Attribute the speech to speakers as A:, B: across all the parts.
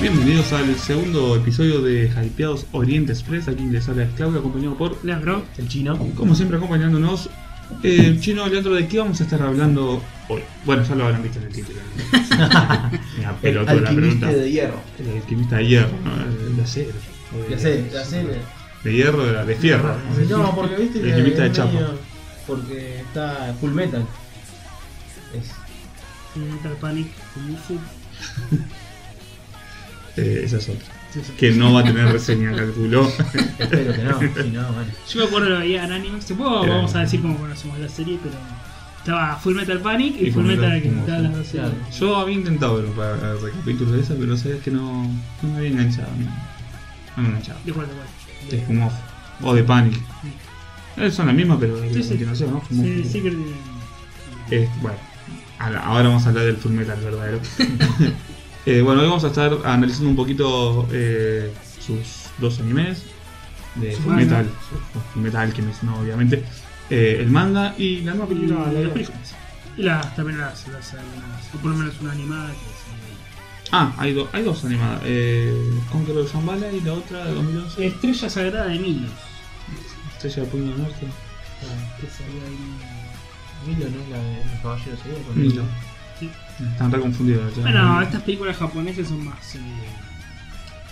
A: Bienvenidos al segundo episodio de Hypeados Oriente Express. Aquí les habla Claudio, acompañado por,
B: Leandro, el chino.
A: como siempre, acompañándonos. Eh, Chino, Leandro, ¿de qué vamos a estar hablando hoy? Bueno, ya lo habrán visto en el título. Mira,
C: El
A: pelotuda la
C: alquimista
A: pregunta.
C: de hierro.
A: El alquimista de hierro, ¿no? De acero.
C: Ya sé, ya sé. me-
A: De hierro, de, de fierro.
C: No, porque viste
A: El
C: que
A: alquimista de
C: es
A: Chapo.
C: medio- Porque está full metal. Es
B: Metal Panic, Fumitsu.
A: Eh, esa es otra. Que no va a tener reseña, calculó.
C: Espero que no, si no, bueno.
B: Yo me acuerdo que lo veía en anime, supongo,
A: Era-
B: vamos a decir cómo conocemos la serie, pero estaba Full Metal Panic y,
A: Y
B: Full Metal
A: Fullmetal
B: que
A: Alchemist,
B: estaban las dos
C: claro.
B: series.
A: Yo había intentado ver un par de capítulos de esa, pero sabes que no, no me había enganchado. No, no me enganchaba.
B: De acuerdo, de acuerdo.
A: De Fumoff. O de Panic. Eh, Son las mismas, pero de
B: Sí, sí.
A: continuación, ¿no? Fumoff.
B: Sí, sí, creo que-
A: Eh, bueno, a la- ahora vamos a hablar del Fullmetal verdadero. Eh, bueno, hoy vamos a estar analizando un poquito eh, sus dos animes. De
B: Su
A: Fullmetal.
B: manga.
A: Fullmetal Alchemist, no, obviamente. Eh, el manga y la nueva película.
B: Y
A: la de
B: las
A: las
B: películas. Y las, también las, las, algunas, o por lo menos una animada que es,
A: Ah, hay, do- hay dos animadas. Eh, Conqueror Zambala y la otra de 2011.
B: eh, Estrella Sagrada de Milos,
A: Estrella de Puño del Norte.
C: Ah,
B: que salió ahí.
C: Milo no es la de los caballeros ¿eh? seguro con
A: Milo.
B: Sí.
A: Están re confundidos. ya.
B: Bueno, estas películas japonesas son más. eh,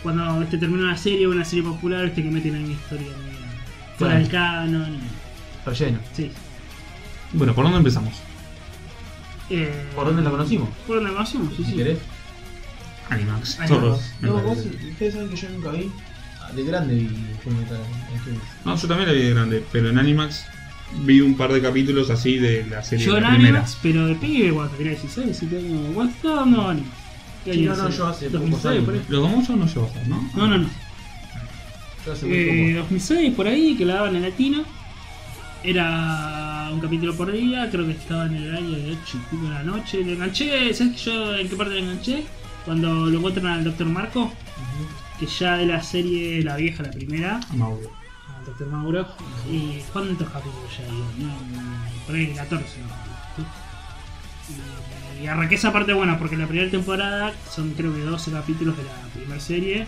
B: cuando te termina una serie, una serie popular, este que meten ahí una historia medio fuera del canon. y-
C: Relleno.
B: Sí.
A: Bueno, ¿por dónde empezamos?
B: Eh,
C: ¿Por dónde la conocimos?
B: Por dónde conocimos, sí,
C: Si
B: sí.
C: querés.
A: Animax.
B: Animax.
A: Todos. me
C: No, vos,
A: parece.
C: ustedes saben que yo nunca vi. Ah, De grande vi full metal. Alchemist.
A: No, yo también la vi de grande, pero en Animax vi un par de capítulos así de la serie
B: Yo
A: de
B: en
A: la primera.
B: Animax, pero de pibe, cuando tenía 16, 17 años. ¿Cuánto estaba dando Animax? ¿Qué
C: Sí,
B: año
C: no, no,
B: es?
C: yo hace pocos
B: 2006,
C: años.
B: por ahí.
A: Los famosos no llevan, ¿no?
B: No, no, no.
C: Yo hace
B: Eh,
C: muy
B: 2006 por ahí, que la daban en latino. Era un capítulo por día, creo que estaba en el horario de 8 y pico de la noche. Le enganché, ¿sabes que yo en qué parte le enganché? Cuando lo encuentran al Dr. Marco, que ya de la serie La Vieja, la primera,
A: Amaury.
B: al Dr. Mauro. ¿Y cuántos capítulos ya había? No, Por ahí 14. ¿no? Y- Y arranqué esa parte buena, porque la primera temporada son creo que 12 capítulos de la primera serie,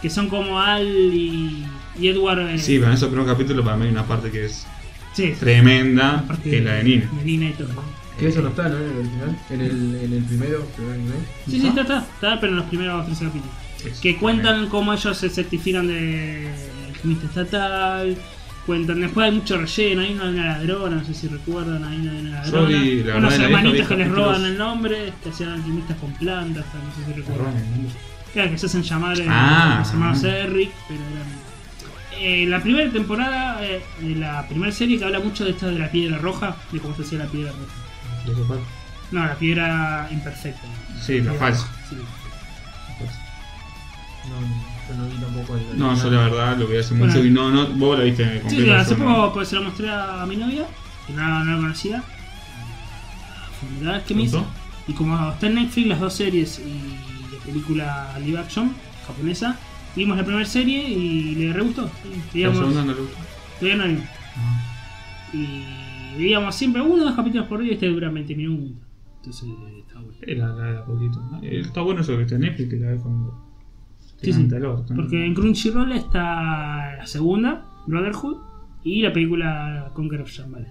B: que son como Al y, y Edward. eh,
A: Sí, pero en esos primeros capítulos para mí hay una parte que es
B: Sí,
A: tremenda,
B: la parte
A: que es la de Nina.
B: de Nina y todo. ¿no?
C: poco. Que eso no está, ¿no? En el original. En el, en el primero, primer anime.
B: Sí, sí, está, está, está, pero en los primeros 13 capítulos.
A: Es
B: Que cuentan cómo ellos se certifican de alquimista estatal. Cuentan, después hay mucho relleno, hay una de una ladrona, no sé si recuerdan, hay una de una
A: Yo
B: ladrona.
A: vi la
B: unos
A: verdad, la
B: hermanitos
A: vieja,
B: que les
A: capítulos-
B: roban el nombre, que hacían alquimistas con plantas, no sé si recuerdan.
A: tremenda.
B: Claro, que se hacen llamar eh,
A: Ah.
B: los hermanos Eric, pero eran. Eh, la primera temporada, eh, de la primera serie que habla mucho de esta de la piedra roja, de cómo se hacía la piedra roja. No, la piedra imperfecta.
A: Sí, la
B: Piedra
A: falsa.
B: roja, sí.
C: No, yo no vi tampoco el.
A: No, yo la verdad lo vi hace mucho
B: Bueno.
A: y no, no, vos la viste
B: Sí,
A: completa.
B: que hace
A: yo no.
B: poco pues, se lo mostré a mi novia, que no, no la conocía. Fundada que me hizo.
A: ¿Gustó?
B: Y como está en Netflix las dos series y la película live action japonesa, vimos la primera serie y le re gustó. Y,
A: La
B: Digamos,
A: segunda no la gustó.
B: todavía no la vimos. Y digamos siempre uno o dos capítulos por día y este dura 20 minutos. Entonces está bueno.
A: Era la de a poquito. Eh, Está bueno eso que está en Netflix que la ves cuando. te
B: Sí, sí.
A: canta el orto, ¿no?
B: Porque en Crunchyroll está la segunda, Brotherhood, y la película Conquer of Shambhala.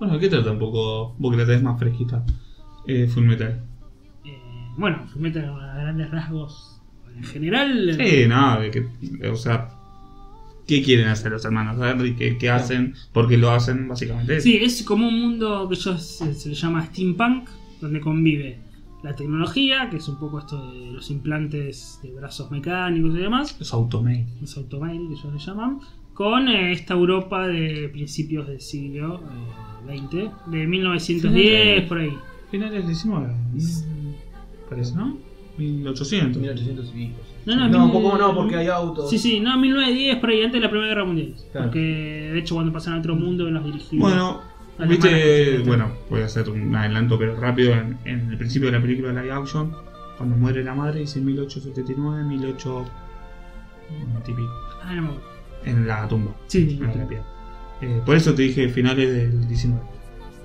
A: Bueno, ¿qué trata un poco? Vos que la tenés más fresquita. Eh, Full Metal.
B: Eh, bueno, Fullmetal a grandes rasgos. En general,
A: Sí, no, Eh, de que, o sea, ¿qué quieren hacer los hermanos Henry? ¿Qué, qué hacen? ¿Por qué lo hacen? Básicamente.
B: sí, es como un mundo que ellos se, se le llama steampunk, donde convive la tecnología, que es un poco esto de los implantes de brazos mecánicos y demás,
A: Los automail.
B: los automail que ellos le llaman, con eh, esta Europa de principios del siglo XX, de 1910, por ahí.
A: Finales 19. Parece, ¿no? 1800.
C: 1800 y pico.
B: No, no,
C: no
B: mil-
C: poco no, porque hay autos.
B: Sí, sí, no, 1910, por ahí, antes de la Primera Guerra Mundial.
C: Claro.
B: Porque, de hecho, cuando pasan a otro mundo, los dirigidos.
A: Bueno,
B: Alemana.
A: viste, eh, bueno, voy a hacer un adelanto pero rápido en, en el principio de la película live action, cuando muere la madre dice 1879, 1890 y pico,
B: Ah, no me acuerdo.
A: en la tumba,
B: Sí,
A: en la piedra. Eh, por eso te dije finales del 19.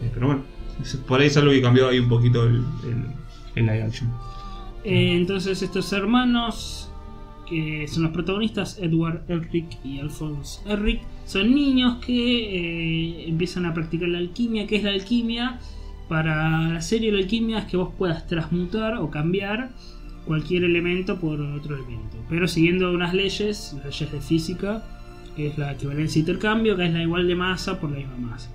A: Eh, pero bueno, es- por ahí es algo que cambió ahí un poquito el, el- el live action.
B: Eh, entonces estos hermanos, que son los protagonistas, Edward Elric y Alphonse Elric, son niños que eh, empiezan a practicar la alquimia. ¿Qué es la alquimia? Para la serie la alquimia es que vos puedas transmutar o cambiar cualquier elemento por otro elemento. Pero siguiendo unas leyes, las leyes de física, que es la equivalencia de intercambio, que es la igual de masa por la misma masa.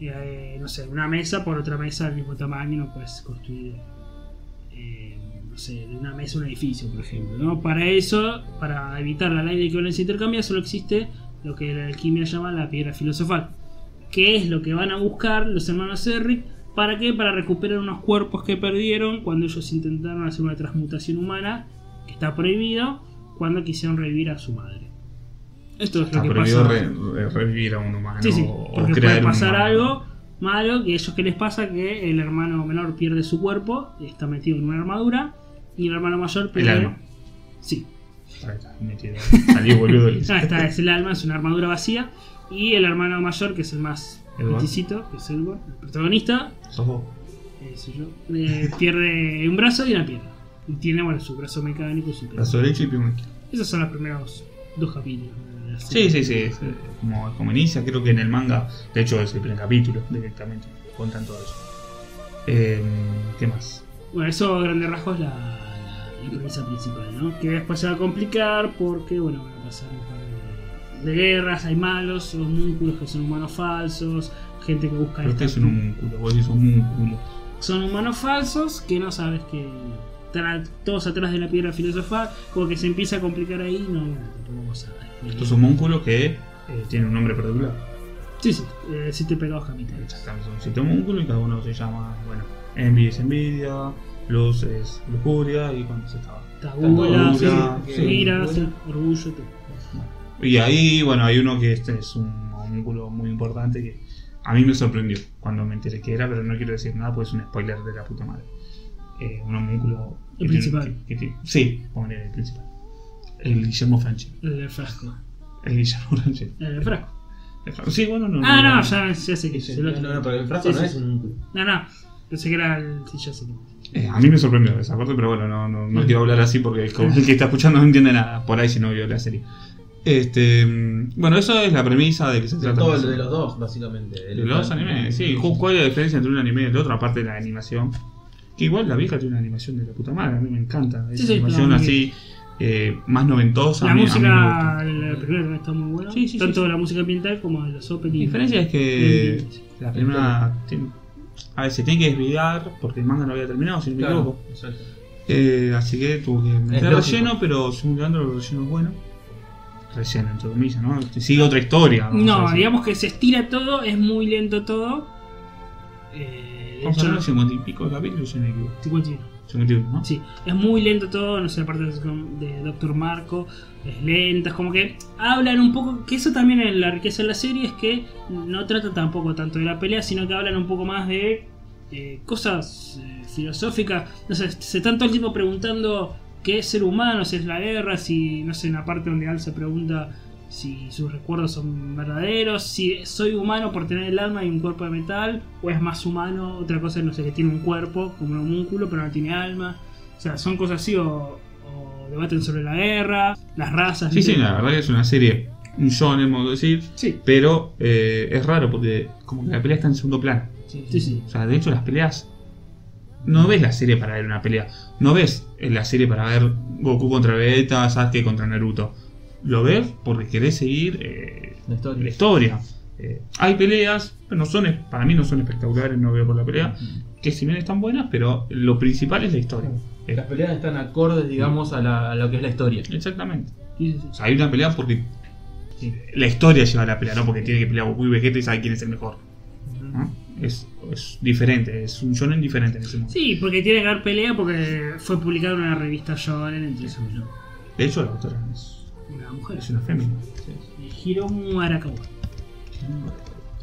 B: Eh, no sé, una mesa por otra mesa del mismo tamaño no puedes construir eh, no sé, de una mesa un edificio, por ejemplo. ¿no? Para eso, para evitar la ley de equivalencia de intercambio, solo existe lo que la alquimia llama la piedra filosofal, que es lo que van a buscar los hermanos Eric. ¿Para qué? Para recuperar unos cuerpos que perdieron cuando ellos intentaron hacer una transmutación humana, que está prohibido, cuando quisieron revivir a su madre. Esto es lo
A: Está
B: que
A: prohibido
B: pasa.
A: re- re- revivir a un humano
B: Sí, sí,
A: o
B: porque
A: crear
B: puede
A: un
B: pasar
A: humano.
B: algo malo y a ellos que les pasa que el hermano menor pierde su cuerpo, está metido en una armadura, y el hermano mayor pierde...
A: alma.
B: Sí,
A: Ahí está, metido. Salí boludo. Luis.
B: Ah, está, es el alma, es una armadura vacía, y el hermano mayor, que es el más
A: Edward.
B: peticito, que es Edward, el protagonista,
A: Sos vos.
B: eh, soy yo, eh, pierde un brazo y una pierna. Y tiene, bueno, su brazo mecánico y su pierna.
A: Brazo derecho y pierna izquierda.
B: Esos son los primeros dos capítulos. de la serie.
A: Sí, sí, sí. es, eh, como, como inicia, creo que en el manga, de hecho es el primer capítulo directamente, cuentan todo eso. Eh, ¿Qué más?
B: Bueno, eso a grandes rasgos la, la, la premisa principal, ¿no? Que después se va a complicar porque, bueno, van a pasar un par de, de guerras, hay malos, los múnculos que son humanos falsos, gente que busca...
A: Pero que
B: esta-
A: es un homúnculo, vos decís homúnculo.
B: son humanos falsos que no sabes que están todos atrás de la piedra filosofal, como que se empieza a complicar ahí, no, bueno, tampoco vamos a...
A: Estos homúnculos que eh, tienen un nombre particular.
B: Sí, sí, eh, siete pegados capitales.
A: Exactamente, son siete homúnculos y cada uno se llama, bueno, envidia es envidia, luz es lujuria y cuando se estaba.
B: Tabula,
A: Tabula,
C: sí,
B: sí, ira,
C: tabula.
B: sí, orgullo, todo.
A: Y ahí, bueno, hay uno que este es un homúnculo muy importante que a mí me sorprendió cuando me enteré que era, pero no quiero decir nada porque es un spoiler de la puta madre. Eh, un homúnculo. que
B: El
A: tiene-
B: principal.
A: que tiene- sí, poner el principal. El Guillermo Franchi.
B: el del frasco.
A: El Guillermo Franchi.
B: El del frasco.
A: Sí, bueno, no.
B: Ah, no,
A: no,
B: ya, ya sé que es
C: Sí,
B: el
C: no,
B: otro.
C: no, pero el frasco
B: Sí,
C: no
B: sí.
C: es un músculo.
B: No, no, pensé que era el... Sí, ya sé que es.
A: Eh, a mí me sorprendió esa parte, pero bueno, no, no, no quiero hablar así porque como el que está escuchando no entiende nada por ahí si no vio la serie. Este, mm, bueno, eso es la premisa de que se
C: De
A: trata.
C: todo
A: más-
C: lo de los dos, básicamente. De
A: De los animes, sí. Ju- ¿Cuál es la diferencia entre un anime y el otro? Aparte de la animación. Que igual la vieja tiene una animación de la puta madre, a mí me encanta. Esa
B: Sí, sí,
A: animación
B: no,
A: así, eh, más noventosa.
B: La
A: a mí- a mí me
B: música,
A: gusta.
B: la primera está muy buena.
A: Sí, sí, sí,
B: Tanto
A: sí.
B: la música ambiental como los
A: La
B: openings.
A: diferencia es que
B: Sí.
A: la primera. tiene- a ver, se tiene que desviar porque el manga no había terminado, si no me equivoco.
C: Claro, exacto.
A: Eh, así que tuvo que meter
C: lógico.
A: relleno, pero según Leandro, el relleno es bueno. Relleno, entre comillas, ¿no? Sigue otra historia. vamos a
B: No,
A: decir.
B: digamos que se estira todo, es muy lento todo. Eh, de
A: Vamos a
B: hecho,
A: hablar de 50 y pico de capítulos, si no me equivoco.
B: 51.
A: 51, ¿no?
B: Sí, es muy lento todo, no sé, aparte de de Dr. Marco, es lento, es como que hablan un poco, que eso también es la riqueza de la serie, es que no trata tampoco tanto de la pelea, sino que hablan un poco más de eh, cosas eh, filosóficas, no sé, se están todo el tiempo preguntando qué es ser humano, si es la guerra, si, no sé, en la parte donde Al se pregunta si sus recuerdos son verdaderos, si soy humano por tener el alma y un cuerpo de metal, o es más humano, otra cosa, no sé, que tiene un cuerpo como un homúnculo, pero no tiene alma. O sea, son cosas así, o, o debaten sobre la guerra, las razas.
A: Sí,
B: ¿viste?
A: sí, la verdad que es una serie, un shonen, vamos a decir,
B: Sí,
A: pero eh, es raro porque como que la pelea está en segundo plano.
B: sí, sí. sí.
A: O sea, de hecho las peleas... No ves la serie para ver una pelea. No ves eh, la serie para ver Goku contra Vegeta, Sasuke contra Naruto. Lo ves porque querés seguir eh,
C: La
A: la
C: historia.
A: historia. Eh, hay peleas, pero no son, para mí no son espectaculares, no veo por la pelea,
B: Mm.
A: que si bien están buenas, pero lo principal es la historia. Eh,
C: Las peleas están acordes, digamos, a, la- a lo que es la historia.
A: exactamente.
B: sí, sí.
A: O sea, hay una pelea porque la historia lleva a la pelea, no porque tiene que pelear Goku y Vegeta y sabe quién es el mejor. ¿no? Es, es diferente, es un shonen diferente en ese momento.
B: Sí, porque tiene que haber pelea porque fue publicada en una revista Shonen, entonces, bueno,
A: De hecho, la autora es,
B: una mujer.
A: es una fémina.
B: Hiromu Arakawa.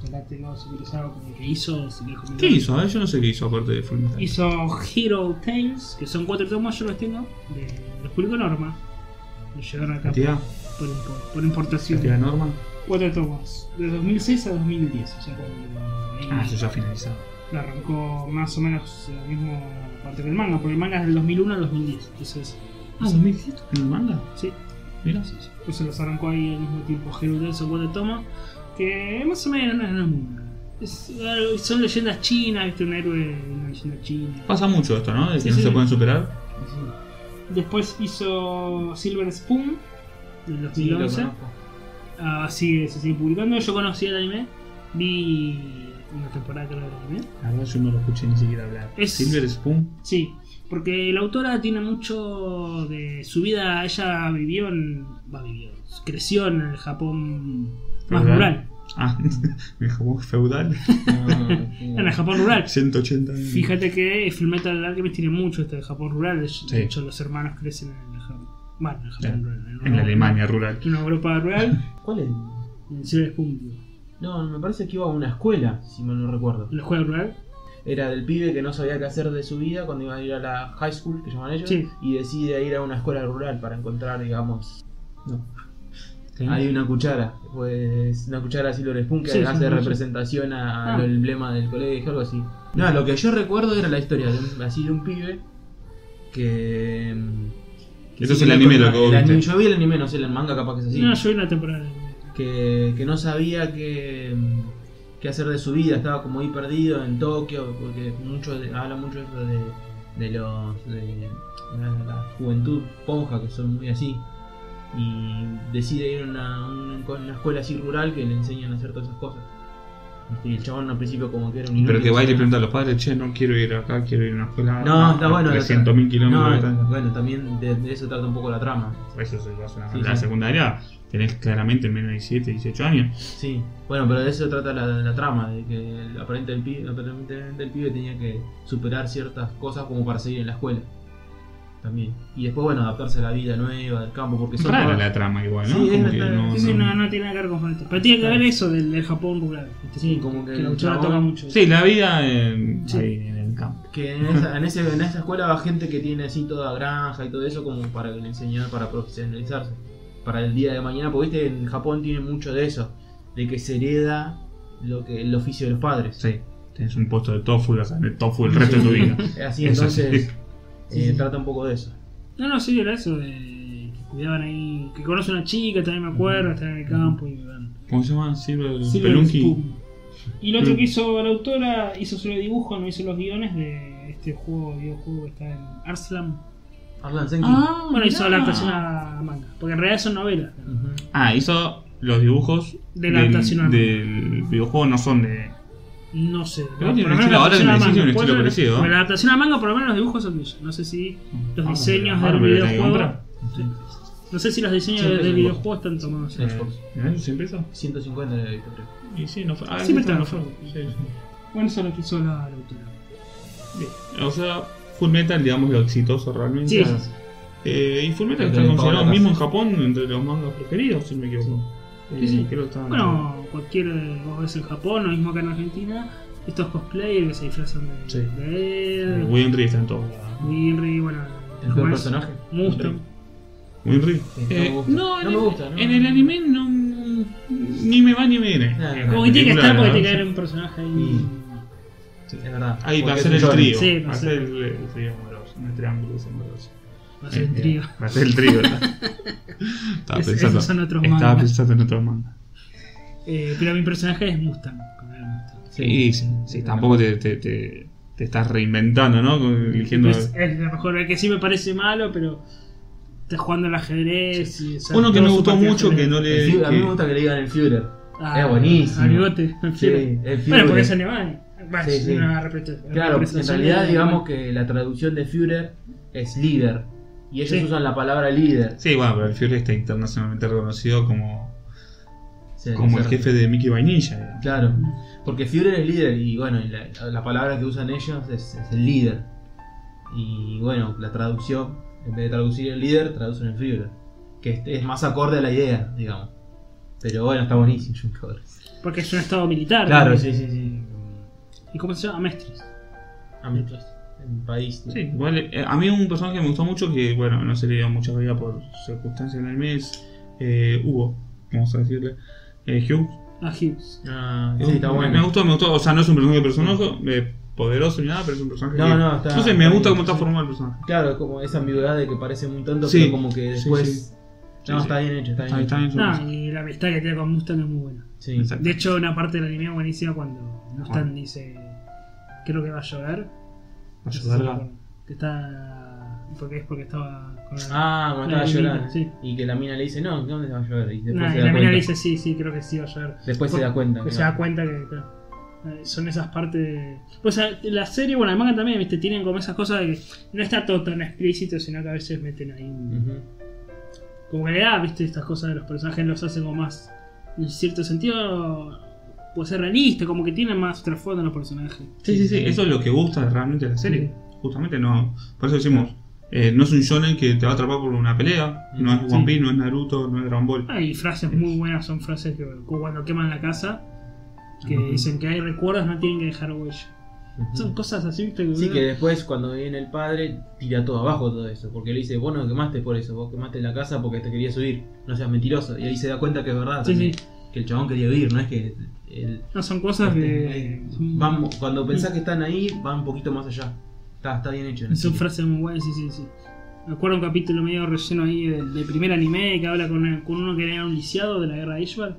B: Acá tengo si quieres algo como que hizo, si quieres comentar.
A: ¿Qué hizo? Eh, Yo no sé qué hizo aparte de Fullmetal.
B: Hizo Hero Tales, que son cuatro tomos, yo los tengo, de, los publicó Norma. Los llegaron acá
A: ¿Cantidad?
B: por, impor- por importación.
A: ¿Cantidad norma?
B: Cuatro tomos, de 2006 a 2010, o sea, cuando...
A: Ah, eso ya finalizado.
B: la arrancó más o menos en la misma parte que el manga, porque el manga es del 2001 al 2010. Entonces,
A: Ah, 2007 en el manga.
B: sí,
A: Mira.
B: entonces los arrancó ahí al mismo tiempo Hero del segundo tomo, que más o menos no es lo mismo. Es algo- son leyendas chinas, ¿viste? un héroe, una leyenda china.
A: Pasa mucho esto, ¿no? De que
B: Sí,
A: no
B: sí.
A: se pueden superar.
B: Después hizo Silver Spoon del
C: Sí, lo
B: 2011.
C: conozco.
B: Ah, sigue, se sigue publicando. Yo conocí el anime, vi una temporada creo del anime.
A: La verdad, yo no lo escuché ni siquiera hablar.
B: Es-
A: Silver Spoon.
B: Sí, porque la autora tiene mucho de su vida. Ella vivió en. Va, vivió. Creció en el Japón más
A: Rural.
B: rural.
A: Ah, en Japón feudal.
C: No,
B: En el Japón rural.
A: 180 años.
B: Fíjate que Fullmetal Alchemist tiene mucho este de Japón rural. De
A: Sí.
B: hecho, los hermanos crecen en el Japón. Bueno, en el Japón
A: Claro.
B: rural.
A: En la Alemania rural.
B: En una Europa rural.
C: ¿Cuál es?
B: En Silver Spoon, digo.
C: No, me parece que iba a una escuela, si mal no recuerdo.
B: En la escuela rural.
C: Era del pibe que no sabía qué hacer de su vida cuando iba a ir a la high school, que llaman ellos,
B: Sí.
C: y decide ir a una escuela rural para encontrar, digamos. No.
A: Sí.
C: Hay una cuchara, pues una cuchara Silver Spoon que
B: Sí, sí,
C: hace
B: sí.
C: representación a-
B: Ah.
C: al emblema del colegio, algo así. No, lo que yo recuerdo era la historia de un, así de un pibe que. mm, que
A: Eso es
C: se
A: el
C: quería
A: anime, lo
C: encontrar-
A: que vos
C: el anime-
A: viste.
C: Yo vi el anime, no sé, el manga capaz que es así
B: No, yo vi una temporada. de- E
C: que, que no sabía qué, qué hacer de su vida, estaba como ahí perdido en Tokio, porque mucho de- habla mucho eso de, de los de, la, la juventud ponja que son muy así. Y decide ir a una, una- con una escuela así rural que le enseñan a hacer todas esas cosas. Este, Y el chabón al principio como que era un inútil.
A: Pero que va y le
C: decía,
A: pregunta a los padres, che, no quiero ir acá, quiero ir a una escuela.
C: No,
A: a
C: está bueno, la
A: 300.000 kilómetros. de
C: No,
A: distancia".
C: bueno, también de, de eso trata un poco la trama.
A: Eso se lo hace una-
C: Sí,
A: la
C: sí.
A: secundaria. Tenés claramente menos de 17, 18 años.
C: Sí, bueno, pero de eso trata la, la trama, de que el- aparente el pibe- aparentemente el pibe tenía que superar ciertas cosas como para seguir en la escuela. También. Y después, bueno, adaptarse a la vida nueva del campo, porque
A: Es
C: son
A: rara
C: todas-
A: la trama igual, ¿no?
C: Sí, es
A: Como que
C: bastante-
A: no-
B: Sí, sí,
A: no-
B: no, no tiene nada que ver con Fullmetal. Pero tiene que ver
C: Claro.
B: eso del, del Japón rural. ¿viste?
C: Sí, como que
B: la
C: el
B: autora
C: chabón-
B: toca mucho.
A: Sí, la vida en,
B: Sí.
A: ahí en el campo.
C: Que en esa, en, ese- en esa escuela va gente que tiene así toda granja y todo eso como para que le enseñar, para profesionalizarse. Para el día de mañana, porque viste, en Japón tiene mucho de eso, de que se hereda lo que el oficio de los padres.
A: Sí, tenés un puesto de tofu, vas a tener tofu el resto de tu vida.
C: Así
A: Eso sí.
C: entonces
B: Sí,
C: eh,
B: sí.
C: trata un poco de eso.
B: No, no, sí, era eso de que cuidaban ahí. Que conoce una chica, también me acuerdo, estaba en el campo y van.
A: ¿Cómo se llama? Silver,
B: Silver
A: Spelunky.
B: Spoon. Y lo otro
A: Mm.
B: que hizo la autora, hizo solo dibujos, no hizo los guiones de este juego, videojuego que está en Arslan.
C: Arlan Senki.
A: Ah.
B: Bueno, hizo la adaptación a manga. Porque en realidad son novelas.
C: Ujú.
A: Ah, hizo los dibujos
B: De la adaptación al-
A: del videojuego, no son de.
B: No sé.
A: Pero
B: por
A: tiene
B: lo
A: un
B: menos
A: estilo-
B: la
A: ahora
B: adaptación
A: me
B: a
A: decís
B: manga.
A: que tiene un estilo
B: Bueno,
A: parecido.
B: pero La adaptación a manga, por lo menos los dibujos son de ella. No sé si los
A: Ah,
B: diseños del
A: Marvel, la que
B: videojuego.
A: compra.
B: Sí. No sé si los diseños
C: Siempre
B: del
C: son
B: videojuego están tomados.
C: Sí. Xbox.
A: ¿Eh? ¿Siempre eso?
C: 150 le había visto, eh, creo.
A: Y sí, no fue. Ah,
B: Siempre
A: sí,
B: está.
A: no fue. Sí, sí.
B: Bueno, eso es lo que hizo la, la autora.
A: Bien. O sea, Full Metal, digamos, lo exitoso realmente.
B: Sí.
A: Eh, y Full Metal
C: Creo que
A: está
C: le
A: considerado
C: pagó la
A: mismo en
C: casa.
A: Japón entre los mangas preferidos, si no me equivoco. Eh,
B: Sí, sí.
A: Creo que estaban-
B: Bueno, cualquier, eh, vos ves en Japón o mismo acá en Argentina, estos cosplayers que se disfrazan de,
A: Sí.
B: de
A: Eh,
B: él,
A: Winry está en todos lados.
B: Winry, bueno,
C: ¿El peor personaje?
B: Mustang.
A: Winry.
C: Sí, no
A: Eh,
C: me gusta.
A: no, en
C: No me
A: el-
C: gusta, no.
A: En el anime no. no- Ni me va ni me viene.
C: Claro.
A: En la
B: Como que tiene que estar porque
A: película, Mm.
B: tiene que haber
A: ¿no?
B: un personaje ahí.
C: Sí. Es verdad.
A: Ahí va a
C: Porque
A: ser el
C: es un shonen.
A: trío.
B: Sí,
A: va
B: va
A: a
B: a
A: ser el el trío amoroso. Un triángulo es amoroso.
B: Va a ser
A: Eh,
B: un trío.
A: Va a ser el trío, ¿verdad? Estaba
B: Es-
A: pensando.
B: esos son otros
A: Estaba
B: mangas.
A: pensando en otros mangas.
B: Eh, pero mi personaje es Mustang. como era Mustang.
A: Sí, sí, sí, tampoco te, te, te, te estás reinventando, ¿no? Con- Eligiendo.
B: Es, es lo mejor, el que sí me parece malo, pero está jugando al ajedrez. y sabe
A: Uno que
B: todo
A: me
B: su
A: gustó
B: partida
A: mucho,
B: de
A: que
B: ajedrez.
A: no le.
C: El Führer, A mí
A: que-
C: me gusta que le digan el Führer.
B: Ah,
C: Era buenísimo.
B: Al bigote. al
C: Sí,
B: Führer.
C: el Führer.
B: Bueno, porque es alemán. Bueno,
C: Sí,
B: es
C: sí.
B: una representación-
C: Claro, en
B: representación
C: realidad
B: de-
C: digamos que la traducción de Führer es líder. Y ellos
B: Sí.
C: usan la palabra líder.
A: Sí, bueno, pero el Fury está internacionalmente reconocido como,
C: Se-
A: como el
C: se-
A: jefe de Mickey Vainilla. digamos.
C: Claro. Porque Führer es líder y bueno, y la, la palabra que usan ellos es, es el líder. Y bueno, la traducción, en vez de traducir el líder, traducen el Führer. Que es, es más acorde a la idea, digamos. Pero bueno, está buenísimo. yo me cago en eso.
B: Porque es un estado militar.
C: Claro,
B: ¿no?
C: sí, sí, sí.
B: ¿Y cómo se llama? Amestris.
C: Amistros. pues, En país.
A: Sí, igual, eh, a mí un personaje que me gustó mucho, que bueno, no se le dio mucha vida por circunstancias del mes, eh, Hugo, vamos a decirle, eh, Hugh.
B: A Hughes.
C: Ah, sí, está
A: Me-
C: bueno.
A: Me gustó, me gustó, o sea, no es un personaje personoso, eh, poderoso ni nada, pero es un personaje.
C: No,
A: que-
C: no, está-
A: No sé, me
C: está
A: gusta
C: bien,
A: cómo está
C: sí.
A: formado el personaje.
C: Claro, como esa ambigüedad de que parece un tonto,
A: Sí,
C: pero como que
A: sí,
C: después.
A: sí.
C: no,
A: Sí,
C: está
A: sí.
C: bien hecho, está bien
A: Está, está
C: hecho.
A: bien su
B: No, y la amistad que tiene con Mustang es muy buena.
C: Sí.
A: Exacto.
B: De hecho, una parte del anime es buenísima cuando Mustang
A: Bueno.
B: dice: Creo que va a llover.
A: Para
C: ah?
A: ayudarla.
B: Que está. Porque es porque estaba con la-
C: Ah, cuando
B: La
C: estaba
B: minita,
C: llorando.
B: sí.
C: Y que la mina le dice, no, ¿dónde se va a llover? Y después
B: Nah,
C: se
B: y
C: da
B: la mina
C: cuenta.
B: le dice, sí, sí, creo que sí va a llover.
C: Después se da cuenta.
B: Que
C: que
B: se da
C: no.
B: cuenta que claro, eh, son esas partes... Pues a- la serie, bueno, el manga también, viste, tienen como esas cosas de que no está todo tan explícito, sino que a veces meten ahí... un-
C: Ujú.
B: Como que le da, viste, estas cosas de los personajes, los hacen como más... En cierto sentido, puede ser realista, como que tienen más trasfondo los personajes.
A: Sí, sí, sí, eso es lo que gusta realmente de la serie. Justamente no. Por eso decimos, eh, no es un shonen que te va a atrapar por una pelea. No es One
B: Sí.
A: Piece, no es Naruto, no es Dragon Ball.
B: Hay frases muy buenas, son frases que cuando queman la casa, que
A: Ujú.
B: dicen que hay recuerdos, no tienen que dejar huella.
C: Ujú.
B: Son cosas así, viste, que...
C: Sí, que después cuando viene el padre tira todo abajo todo eso, porque le dice, vos no quemaste por eso, vos quemaste la casa porque te querías subir, no seas mentiroso. Y ahí se da cuenta que es verdad,
B: Sí,
C: también,
B: sí.
C: que el chabón quería huir, no es que... el- este,
B: No, son cosas que...
C: van- cuando pensás que están ahí, van un poquito más allá. Está, está bien hecho. la
B: Son
C: serie.
B: frases muy buenas, sí, sí, sí. Me acuerdo un capítulo medio relleno ahí del, del primer anime que habla con, con uno que era un lisiado de la guerra de Ishbal.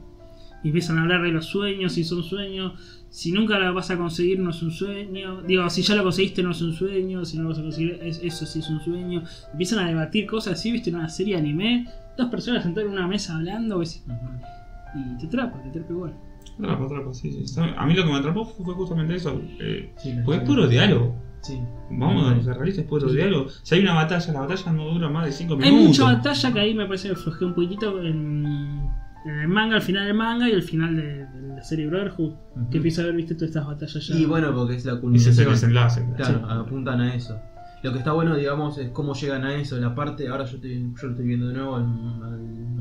B: Y empiezan a hablar de los sueños, si son sueños, si nunca lo vas a conseguir no es un sueño. Digo, si ya lo conseguiste no es un sueño, si no lo vas a conseguir es- eso sí es un sueño. Empiezan a debatir cosas así, viste, en una serie de anime. Dos personas sentadas en una mesa hablando ves,
C: Ujú.
B: y te atrapa, te atrapa igual.
A: Atrapa, atrapa, sí, sí. Está- A mí lo que me atrapó fue fue justamente eso. eh,
C: Sí, la
A: porque es
C: serie.
A: puro diálogo.
C: Sí.
A: Vamos a ser realistas, es puro diálogo. Si hay una batalla, la batalla no dura más de 5
B: Hay
A: minutos.
B: mucha batalla que ahí me parece que flojé un poquitito en, en el manga, al final del manga y al final de, de la serie Brotherhood.
C: Ujú.
B: Que empieza a haber visto todas estas batallas ya.
C: Y bueno, porque es la
A: Y se hace el
C: culminación.
A: desenlace.
C: Claro,
A: Sí.
C: apuntan a eso. Lo que está bueno, digamos, es cómo llegan a eso. La parte, ahora yo, estoy, yo lo estoy viendo de nuevo, el,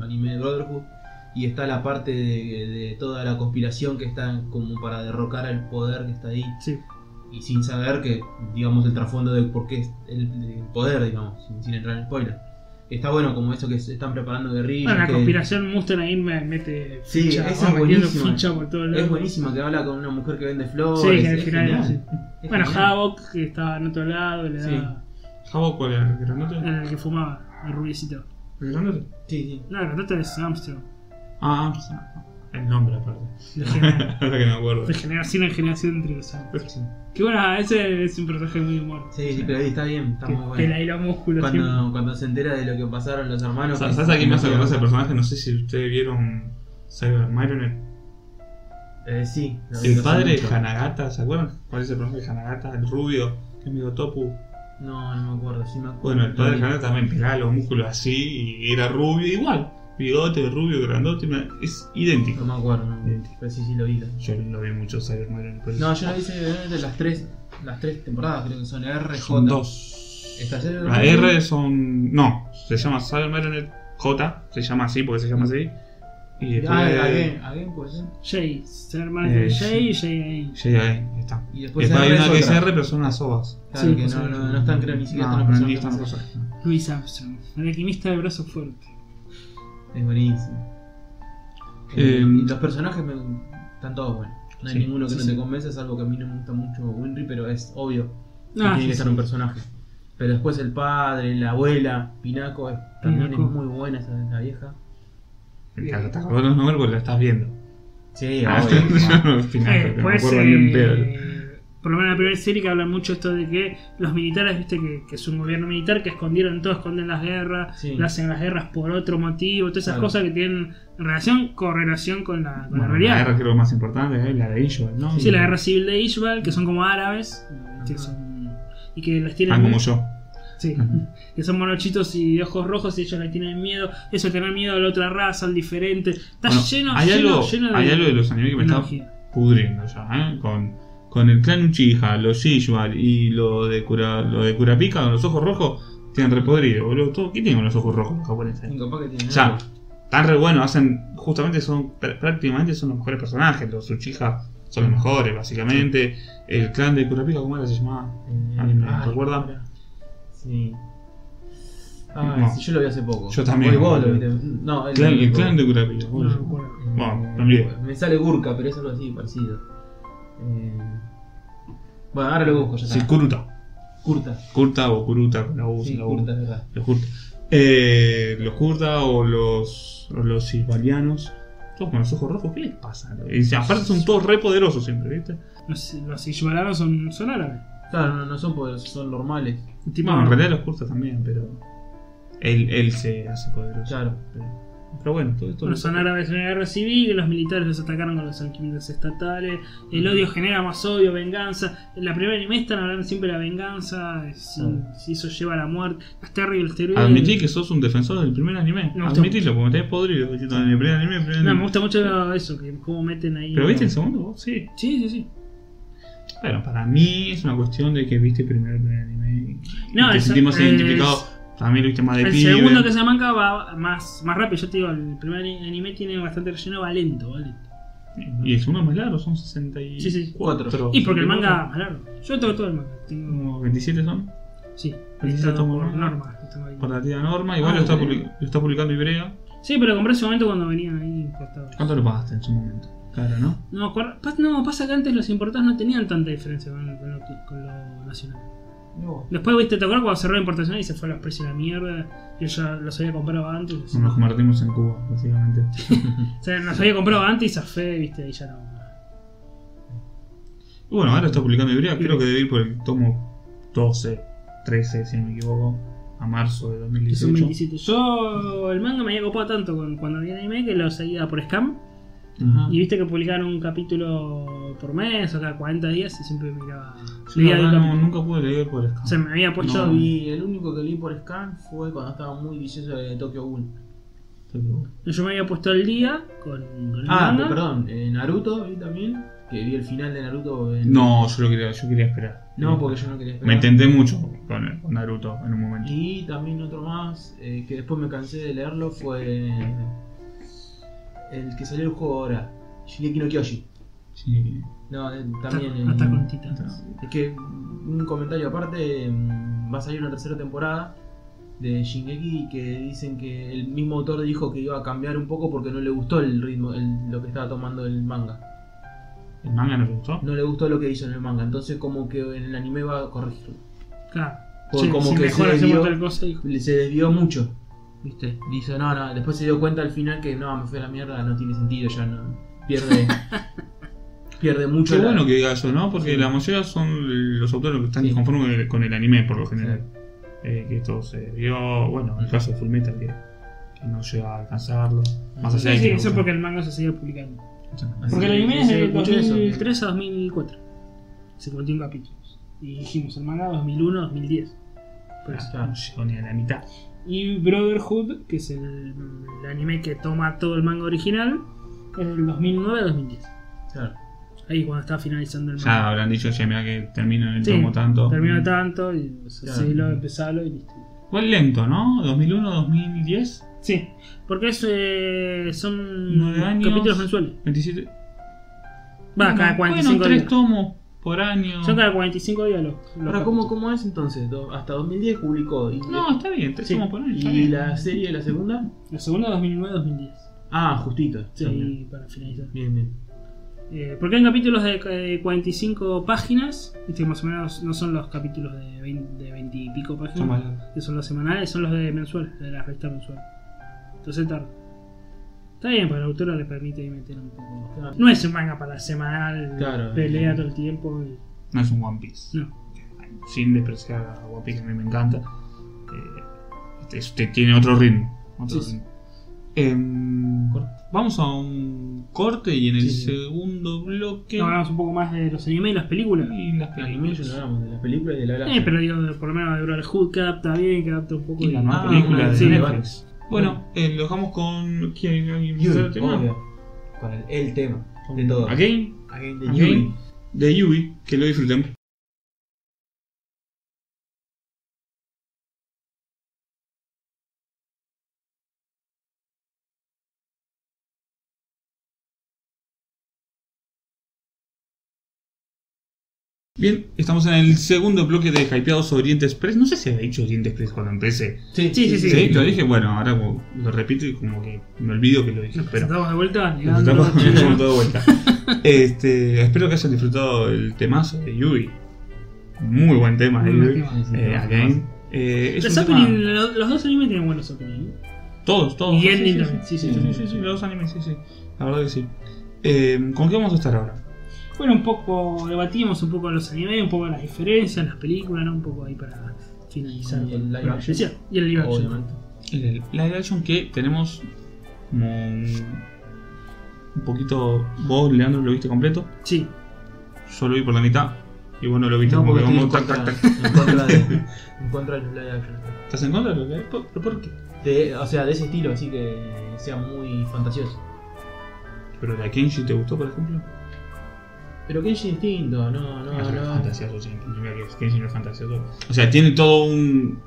C: anime de Brotherhood, y está la parte de, de toda la conspiración que está como para derrocar al poder que está ahí,
B: Sí.
C: y sin saber que, digamos, el trasfondo de por qué es el, el poder, digamos, sin, sin entrar en spoiler. Está bueno como eso que se están preparando guerrillas.
B: Bueno, la
C: que-
B: conspiración Mustang ahí me mete
C: Sí,
B: ficha,
C: esa
B: va
C: es
B: metiendo
C: buenísima.
B: ficha por todos lados.
C: Es buenísima que habla con una mujer que vende flores.
B: Sí, que al
C: es
B: final
C: genial,
B: era así.
C: es
B: Bueno,
C: genial.
B: Havok, que estaba en otro lado, le da
A: Jabo, ¿cuál era? ¿El granote?
B: el que fumaba, el rubiecito.
A: ¿El granote?
C: Sí, sí.
B: No, el contrato es Armstrong.
A: Ah, Armstrong. El nombre, aparte.
B: De, genera-
A: Ahora que me acuerdo.
B: de generación en generación entre los años.
C: Sí,
B: Que bueno, ese es un personaje muy humor.
C: sí, sí, pero ahí está bien, está
B: Que
C: muy bueno.
B: pela ahí los músculos. siempre.
C: Cuando, cuando se entera de lo que pasaron los hermanos.
A: Sa- ¿Sabes a quién me hace acordar ese personaje? No sé si ustedes vieron Cyber Marionette.
C: Eh, sí. lo vi
A: El
C: hace
A: padre de
C: mucho.
A: Hanagata, ¿se acuerdan? ¿Cuál es el personaje de Hanagata? El rubio, que es medio topu.
C: No, no me acuerdo, sí me acuerdo.
A: Bueno, el padre de
C: Lo vi.
A: Hanagata también pelaba los músculos así y era rubio igual. Bigote, rubio, grandote, una- es idéntico.
C: No me acuerdo, no,
A: Bien.
C: pero sí, sí lo vi. lo-
A: Yo no vi mucho Cyber Marionette. por eso.
C: No, yo lo vi de las tres, las tres temporadas, creo que son RJ.
A: Son dos.
C: Esta serie de
A: La
C: Marionette-
A: R son. No, se llama Cyber Marionette J, se llama así porque se llama así. Y después.
C: Ah, Again, Again puede ser.
B: Jay, ser hermano de
A: Eh,
B: Jay y Jay ahí.
A: Sí, ahí está.
C: Y
A: Después hay
C: después Pues R es
A: una que es
C: otra.
A: R, pero son las ovas.
C: Claro,
B: Sí,
C: que
B: pues,
C: no, no,
B: sí.
C: no están, creo, ni siquiera
A: No,
C: están
A: no, ni
C: los
A: están
C: personajes.
A: los personajes.
B: Luis Armstrong, el alquimista de brazo fuerte.
C: Es buenísimo.
A: Eh,
C: Y los personajes me- están todos buenos. No hay
A: Sí,
C: ninguno que
A: sí,
C: no
A: sí.
C: te convence, salvo que a mí no me gusta mucho Winry, pero es obvio. que
B: Ah,
C: tiene
B: sí,
C: que ser
B: sí.
C: un personaje. Pero después el padre, la abuela, Pinaco, es- también
B: Pinaco.
C: es muy buena esa la vieja.
A: Te te acordás los nombres porque la estás viendo.
C: Sí,
A: Ah,
C: obvio.
A: yo Ah, no, al final,
B: Eh,
A: porque me
B: después,
A: acuerdo ni en pedo.
B: eh, por lo menos en la primera serie que hablan mucho esto de que los militares, viste, que, que es un gobierno militar, que escondieron todo, esconden las guerras,
C: Sí.
B: le hacen las guerras por otro motivo, todas esas
C: Claro.
B: cosas que tienen relación, correlación con la, con la
A: Bueno,
B: realidad.
A: la R creo que más importante es la de Ishbal, ¿no?
B: Sí, la guerra civil de Ishbal, que son como árabes, que son- y que les tienen.
A: Ah, como yo.
B: Sí,
A: Ujú.
B: que son monochitos y de ojos rojos y ellos le tienen miedo. Eso, tener miedo a la otra raza, al diferente. Está
A: Bueno,
B: lleno,
A: hay
B: lleno,
A: algo,
B: lleno de.
A: Hay algo de los animes que me está
B: tecnología.
A: pudriendo ya, ¿eh? Con, con el clan Uchiha, los Ishbal y lo de, Cura, lo de Kurapika con los ojos rojos, tienen repodrido, boludo. Todo, ¿Qué tienen con los ojos rojos los japoneses?
C: Capaz que tiene
A: Ya,
C: algo.
A: están re buenos, hacen, justamente son, pr- prácticamente son los mejores personajes, los Uchiha son los mejores, básicamente. El clan de Kurapika, ¿cómo era? Se llamaba.
C: Eh,
A: ¿Alguien me
C: ay,
A: recuerda?
C: ahora. ah, Sí. Ah,
A: No.
C: sí, yo lo vi hace poco.
A: Yo también.
C: Hoy vos lo viste. No, él
A: Clan-
C: lo vi
A: el
C: poco.
A: clan de Kurapika.
B: No me acuerdo.
A: Bueno,
C: Eh,
A: también.
C: Me sale Gurka, pero es algo así parecido. Eh, Bueno, ahora lo busco, ya está.
A: Sí, Kuruta.
C: Curta.
A: Kurta o Kuruta, la U,
C: Sí,
A: la U.
C: curta, es verdad.
A: Los kurta. Eh, los kurta o los, o los isbalianos. Todos con los ojos rojos, ¿qué les pasa? Y si- aparte son todos re poderosos siempre, ¿viste?
B: Los, los Ishvaranos son, son árabes.
C: Claro, no, no son poderosos, son normales.
B: Tipo,
A: Bueno, en realidad los kurtas también, pero. Él, él se hace poderoso.
C: Claro.
A: Pero, pero bueno, todo esto.
B: Bueno, son árabes en la guerra civil, los militares los atacaron con los alquimistas estatales, el odio genera más odio, venganza. En la primera anime están hablando siempre de la venganza, si,
C: Ah.
B: si eso lleva a la muerte. Es terrible, es terrible.
A: Admití que sos un defensor del primer anime.
B: Me gustó
A: Admitilo, porque me tenés podrido diciendo en el primer anime, el primer
B: No,
A: anime.
B: me gusta mucho eso, que cómo meten ahí.
A: Pero viste el segundo, vos? sí.
B: Sí, sí, sí.
A: Bueno, para mí es una cuestión de que viste primero el primer anime y
B: No,
A: te
B: el se-
A: sentimos
B: el-
A: identificados. Para mí lo viste más de
B: El
A: pibe.
B: segundo que se manca va más, más rápido. Yo te digo, el primer anime tiene bastante relleno, va lento, va lento.
A: Y el segundo es más largo, son 64.
B: Sí, sí. Y
A: Y
B: porque el manga es más largo. Yo tengo todo el manga. Tengo,
A: Como 27 son.
B: sí,
A: ¿Y ese
B: listado
A: tomo
B: por
A: normal?
B: norma. lo tengo ahí.
A: Por la tía Norma. Igual
C: Ah,
A: lo, está
C: sí.
A: public- lo está publicando Ibrea.
B: Sí, pero compré en su momento cuando venían ahí importados.
A: ¿Cuánto lo pagaste en su momento? Claro, ¿no?
B: No, cor- pas- no, pasa que antes los importados no tenían tanta diferencia con, con lo, con lo nacional.
C: No.
B: Después, viste, te acuerdas cuando cerró la importación y se fue a los precios de la mierda. Yo ya los había comprado antes.
C: Mm.
A: Nos convertimos en Cuba, básicamente.
B: O sea, los había comprado antes y zafé, viste, y ya no.
A: Y bueno, ahora lo está publicando Ibrea. Creo que debe ir por el tomo 12, 13, si no me equivoco. A marzo de
B: Que
A: 2018.
B: son 27. Yo, el manga me había copado tanto con, cuando vi anime que lo seguía por Scam.
A: Ajá.
B: Y viste que publicaron un capítulo por mes o cada 40 días y siempre miraba.
A: Yo la
B: leía el
A: verdad no-
B: capítulo.
A: nunca pude leer por escala.
B: O sea, me había puesto.
A: No.
C: vi, el único que vi por Scan fue cuando estaba muy vicioso de Tokyo Ghoul.
B: Yo me había puesto al día con, con el
C: Ah,
B: manga.
C: perdón, eh, Naruto vi también, que vi el final de Naruto. en-
A: No, yo lo quería, yo quería esperar.
C: No, porque yo no quería esperar.
A: Me intenté mucho con, con Naruto en un momento.
C: Y también otro más, eh, que después me cansé de leerlo, fue el que salió el juego ahora, Shigeki no Kyoshi.
A: Sí.
C: No, eh,
B: Attack-
C: también... eh,
B: Attack on Titan.
C: Es que un comentario aparte, mm, va a salir una tercera temporada de Shingeki que dicen que el mismo autor dijo que iba a cambiar un poco porque no le gustó el ritmo, el- lo que estaba tomando el manga.
A: ¿El
B: Ah,
A: manga no te gustó?
C: No le gustó lo que hizo en el manga, entonces como que en el anime va a corregirlo.
B: Claro.
C: Por-
B: Sí,
C: como
B: si
C: que
B: mejor
C: se
B: hacemos
C: dio-
B: tal cosa, hijo.
C: Le- Se desvió mucho, ¿viste? Dice, no, no, después se dio cuenta al final que no, me fue a la mierda, no tiene sentido, ya no. Pierde. pierde mucho.
A: Qué
C: la-
A: bueno que diga eso, ¿no? Porque
C: Sí.
A: la mayoría son los autores que están
C: Sí.
A: disconformes con el- con el anime, por lo general. Eh, que esto se vio, bueno, en el caso de Fullmetal, que, que no llega a alcanzarlo. Más allá
B: Sí,
A: de
B: sí,
A: que.
B: eso es porque el manga se seguía publicando.
C: Así
B: Porque el
C: que
B: anime es
C: se
B: del
C: escucha eso, que-
B: 2003 a 2004. 51 capítulos. Y dijimos el manga 2001 a 2010. Por eso.
A: Ah, No llegó ni a la mitad.
B: Ah. Y Brotherhood, que es el, el anime que toma todo el manga original, es del 2009 a 2010.
C: Claro.
B: Ahí es cuando está finalizando el
A: Ya
B: manga.
A: habrán dicho, ya mira que termina en el
B: Sí,
A: tomo tanto. Mm.
B: Termina tanto y o sea,
C: Claro.
B: seguilo, empezalo y listo.
A: Fue lento, ¿no? 2001, 2010,
B: Sí, porque es, eh, son
A: Nueve años.
B: capítulos mensuales.
A: 27.
B: Va,
A: Bueno,
B: cada 45
A: Bueno, tres
B: días.
A: tomos por año.
B: Son cada 45 días los. los
C: Ahora,
B: capítulos.
C: ¿cómo, ¿cómo es entonces? Do- Hasta 2010 publicó. Y,
A: No, está bien, tres
B: Sí.
A: tomos por año. Está
C: ¿Y
A: bien.
C: la serie, la segunda?
B: La segunda 2009-2010.
C: Ah, justito.
B: Sí,
C: Bien,
B: ahí para finalizar.
C: bien. bien.
B: Eh, porque hay capítulos de, eh, 45 páginas. Este más o menos no son los capítulos de 20, de 20 y pico
A: Son más
B: páginas.
A: largos.
B: Que son los semanales, son los de mensual, de la revista mensual. Entonces tarda. Está bien, para la autora le permite ahí meter un poco.
C: Claro.
B: No es un manga para semanal,
C: Claro.
B: pelea todo el tiempo. y-
A: No es un One Piece.
B: No.
A: Sin despreciar a One Piece, que a mí me encanta. Eh, este- este tiene otro ritmo. otro
C: Sí, sí.
A: ritmo. Em,
C: Corte.
A: vamos a un corte y en el
C: Sí, sí.
A: segundo bloque.
B: Hablamos un poco más de los animes y las películas.
A: y las
C: Anime
A: películas.
C: ya no hablamos de las películas y de la
B: Eh, pero digo, por lo menos de Brotherhood que adapta bien, que adapta un poco.
A: Y la
B: de-
A: nueva
C: Ah,
A: película de
B: sí,
A: Netflix. Bueno, eh, lo dejamos con. ¿Quién? ¿Alguien
C: Yuri,
A: el tema?
C: obvio. Con el, el tema de todo.
A: Again,
C: Again de
A: Again.
C: Yuri.
A: de Yui, que lo disfruten. Bien, estamos en el segundo bloque de Hypeados Oriente Express. No sé si había dicho Oriente Express cuando empecé.
B: Sí, sí, sí.
A: Sí, lo dije. Bueno, ahora como lo repito y como que me olvido que lo dije.
B: Nos
A: pero-
B: presentamos de vuelta,
A: nos
B: Leandro,
A: estamos
B: Chino.
A: dando vuelta. Este, espero que hayan disfrutado el temazo de Yui. Muy buen tema,
B: Muy
A: ahí,
B: buen tema.
C: Sí, sí,
A: eh,
C: no,
A: Again. Eh, es
B: Los,
A: un tema-
B: opening- lo- los dos animes tienen buenos ¿eh? openings.
A: Todos, todos.
B: Y
A: Sí,
B: ending
A: sí,
B: también, sí, sí,
A: sí,
B: sí.
A: sí, sí, los dos animes, sí, sí. La verdad que sí. Eh, ¿Con qué vamos a estar ahora?
B: Bueno, un poco, debatimos un poco los animes, un poco las diferencias, las películas, ¿no? Un poco ahí para finalizar.
C: Y el
B: con- con
C: live
B: lo que
C: action.
B: decía. Y el live action.
C: Obviamente.
A: El live action Eh, que tenemos como un, un poquito. Vos, Leandro, lo viste completo.
B: Sí,
A: Yo lo vi por la mitad. Y vos no lo viste
C: No,
A: como
C: porque
A: que
C: estoy en
A: vamos tac,
C: contra,
A: tac, tac.
C: en contra de- en contra de los live action.
A: ¿Estás en contra de lo que ¿Por, pero por qué?
C: De- o sea, de ese estilo, así que sea muy fantasioso.
A: ¿Pero la Kenshi te gustó, por ejemplo?
C: Pero Kenshi es distinto, no, no,
A: es re
C: no.
A: Ah, fantasioso, sí. Mira que Kenshi no es fantasioso. O sea, tiene todo un.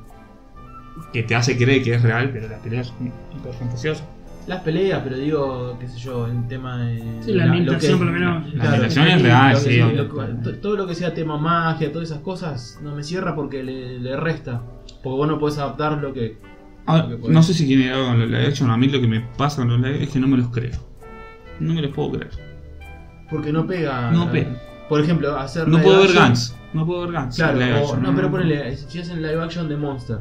A: que te hace creer que es real, pero la pelea es hiper fantasiosa.
C: Las peleas, pero digo, qué sé yo, el tema de.
B: Sí, la ambientación, por lo menos.
A: La ambientación es real,
C: lo que-
A: Ah, sí,
C: lo-
A: obvio.
C: to- todo lo que sea tema magia, todas esas cosas, no me cierra porque le, le resta. Porque vos no podés adaptar lo que.
A: Ah,
C: Lo que
A: no
C: puede.
A: sé si tiene algo con los live action. A mí lo que me pasa con los live es que no me los creo. No me los puedo creer.
C: Porque no pega.
A: No pega.
C: Por ejemplo, hacer.
A: No
C: live
A: puedo ver
C: action-
A: Gans. No puedo ver Gans.
C: Claro,
A: live
C: o-
A: action.
C: no, pero ponele, si hacen live action de Monster,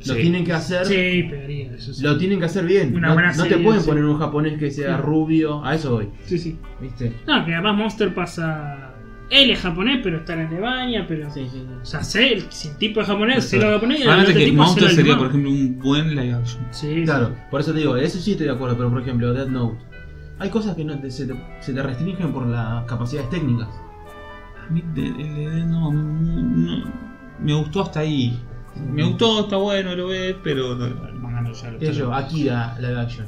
A: Sí.
C: lo tienen que hacer.
B: sí, pegaría. Eso sí.
C: Lo tienen que hacer bien.
B: Una
C: no,
B: buena
C: no te
B: serie,
C: pueden
B: sí.
C: poner un japonés que sea
B: Sí.
C: rubio. A eso voy.
B: sí, sí.
C: ¿Viste?
B: No, que además Monster pasa. Él es japonés, pero está en Alemania, pero.
C: Sí, sí,
B: O
C: sí.
B: sea, sé, el, si el tipo es japonés, sé lo japonés y el
A: Realmente
B: otro
A: que
B: tipo sé
A: Monster
B: lo
A: sería, por
B: alemán.
A: ejemplo, un buen live action.
B: Sí, sí.
C: Claro, por eso te digo, eso sí estoy de acuerdo, pero por ejemplo, Dead Note. Hay cosas que no te- se, te, se te restringen por las capacidades técnicas.
A: A mí de- el de Dead no, no- no- Me gustó hasta ahí. Me gustó, está bueno, lo ves, pero no, el manga no ya lo
C: Qué sé yo, Akira, live action.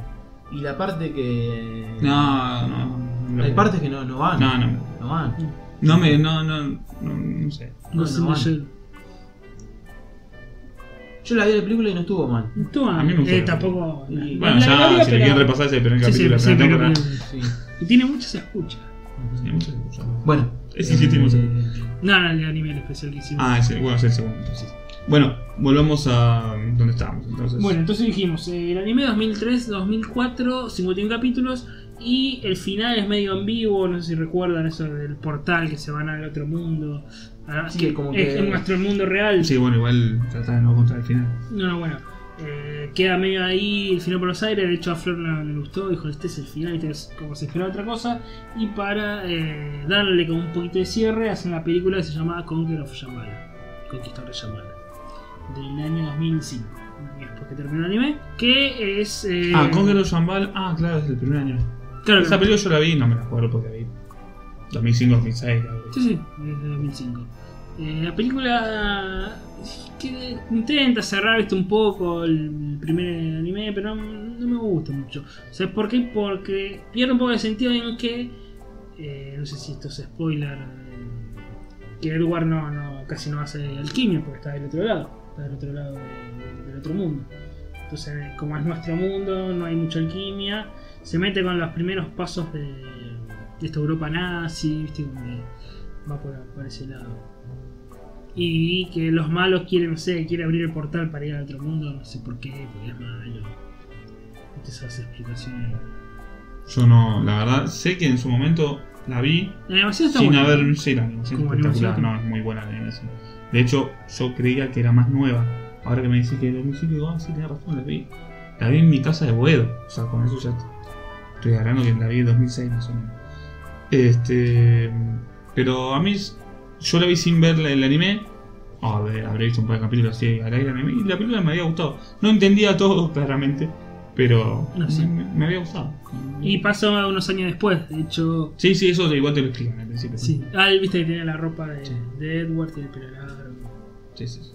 C: Y la parte que.
A: No, no. no
C: Hay partes que no, no van.
A: No, no.
C: No van.
A: No me. No, no. No, no sé.
B: No,
C: No,
B: sé,
C: no
B: no
C: van.
B: sé.
C: Yo la vi la película y no estuvo mal.
B: Tú,
A: A mí me gustó.
B: eh, tampoco.
C: Y-
A: Bueno,
B: La
A: ya
B: mayoría,
A: si le
B: pero-
A: quieren repasar ese primer
B: Sí, sí,
A: capítulo. de la
B: sí,
A: primera
B: pero-
A: temporada.
B: Y
C: Sí.
B: tiene muchas escuchas.
A: Sí, mucho se escucha.
C: Bueno. eh,
A: Es legítimo, sí.
B: No, no, el anime el especial que hicimos.
A: Ah, ese, bueno, es el segundo, entonces. Bueno, volvamos a donde estábamos, entonces.
B: Bueno, entonces dijimos, eh, el anime 2003-2004, 51 capítulos, y el final es medio ambiguo, no sé si recuerdan eso del portal que se van al otro mundo. Ah,
C: Sí,
B: que
C: como
B: es
C: que-
B: en nuestro mundo real.
A: Sí, bueno, igual tratar de no contar el final.
B: No, no, bueno. eh, queda medio ahí el final por los aires, de hecho a Flor no le gustó, dijo, este es el final, este es como se esperaba otra cosa, y para eh, darle como un poquito de cierre, hacen la película que se llama Conquer of Shambhala, Conquistador de Shambhala, del año 2005, después que terminó el anime, que es... eh,
A: Ah, Conquer of Shambhala. Ah, claro, es el primer año.
B: Claro,
A: Esa película yo la vi, no me la acuerdo porque la vi. 2005, 2006. la vi.
B: Sí, sí, desde 2005. Eh, la película que intenta cerrar esto un poco el primer anime, pero no, no me gusta mucho. ¿Sabes por qué? Porque pierde un poco de sentido en que, eh, no sé si esto es spoiler, eh, que Edward no, no, casi no hace alquimia porque está del otro lado, está del otro lado de- de- del otro mundo. Entonces, como es nuestro mundo, no hay mucha alquimia, se mete con los primeros pasos de, de esta Europa nazi, ¿viste? Como que va por, por ese lado. Y que los malos quieren, no sé, quiere abrir el portal para ir al otro mundo, no sé por qué, porque es malo. Viste Esas explicaciones.
A: Yo no, la verdad, sé que en su momento la vi
B: La animación está
A: sin
B: buena.
A: haber. Sí, la animación es
B: Como
A: espectacular. No,
B: animación.
A: es muy buena la animación. De hecho, yo creía que era más nueva. Ahora que me decís que es 2005, digo, ah, sí, tenés razón, la vi. La vi en mi casa de Boedo. O sea, con eso ya estoy hablando que la vi en 2006 más o menos. Este. Pero a mí, yo la vi sin ver el anime. Ah, A ver, habré visto un par de capítulos así al aire. Y la película me había gustado. No entendía todo claramente, pero
B: No sé.
A: me, me había gustado.
B: Y pasa unos años después, de hecho.
A: Sí, sí, eso igual te lo explican al principio.
B: Sí. Ah, él viste que tenía la ropa de,
A: Sí.
B: de Edward y el pelo largo.
A: Sí, sí, sí.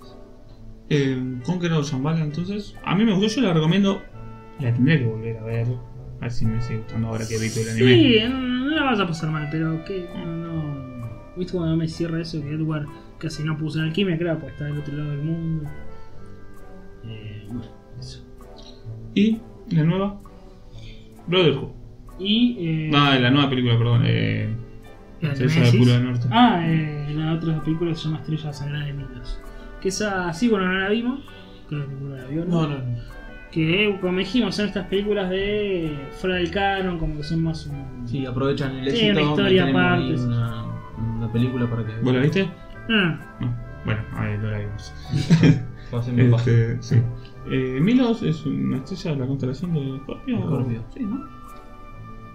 A: Eh, Conqueror Shambhala, entonces, a mí me gustó, yo la recomiendo. La tendría que volver a ver. A ver si me sigue gustando ahora que vi todo el anime.
B: Sí, no la vas a pasar mal, pero que no, no. ¿Viste cuando me cierra eso que Edward casi no puso en alquimia? Claro, porque está del otro lado del mundo. Eh, bueno, eso.
A: Y la nueva Brotherhood.
B: Y. Eh,
A: Ah, la nueva película, perdón. Eh,
B: ¿la que me
A: Cereza de
B: decís?
A: Puro del Norte.
B: Ah, eh, la otra película que se llama Estrella Sagrada de Mitos. Que esa, sí, bueno, no la vimos. Creo que ninguno la vio.
C: No, no, no.
B: Que, como dijimos, son estas películas de fuera del canon, como que son más un...
C: Sí, aprovechan el
B: Sí,
C: éxito.
B: una historia
C: tenemos ahí
B: aparte.
C: una- una película para que.
A: ¿Vos la viste?
B: No, no, no.
A: No. Bueno, a ver, no la vimos.
C: pasen mi paso.
A: Este, sí. Eh, Milos es una estrella de la constelación de Scorpio.
C: Escorpio.
A: Sí, ¿no?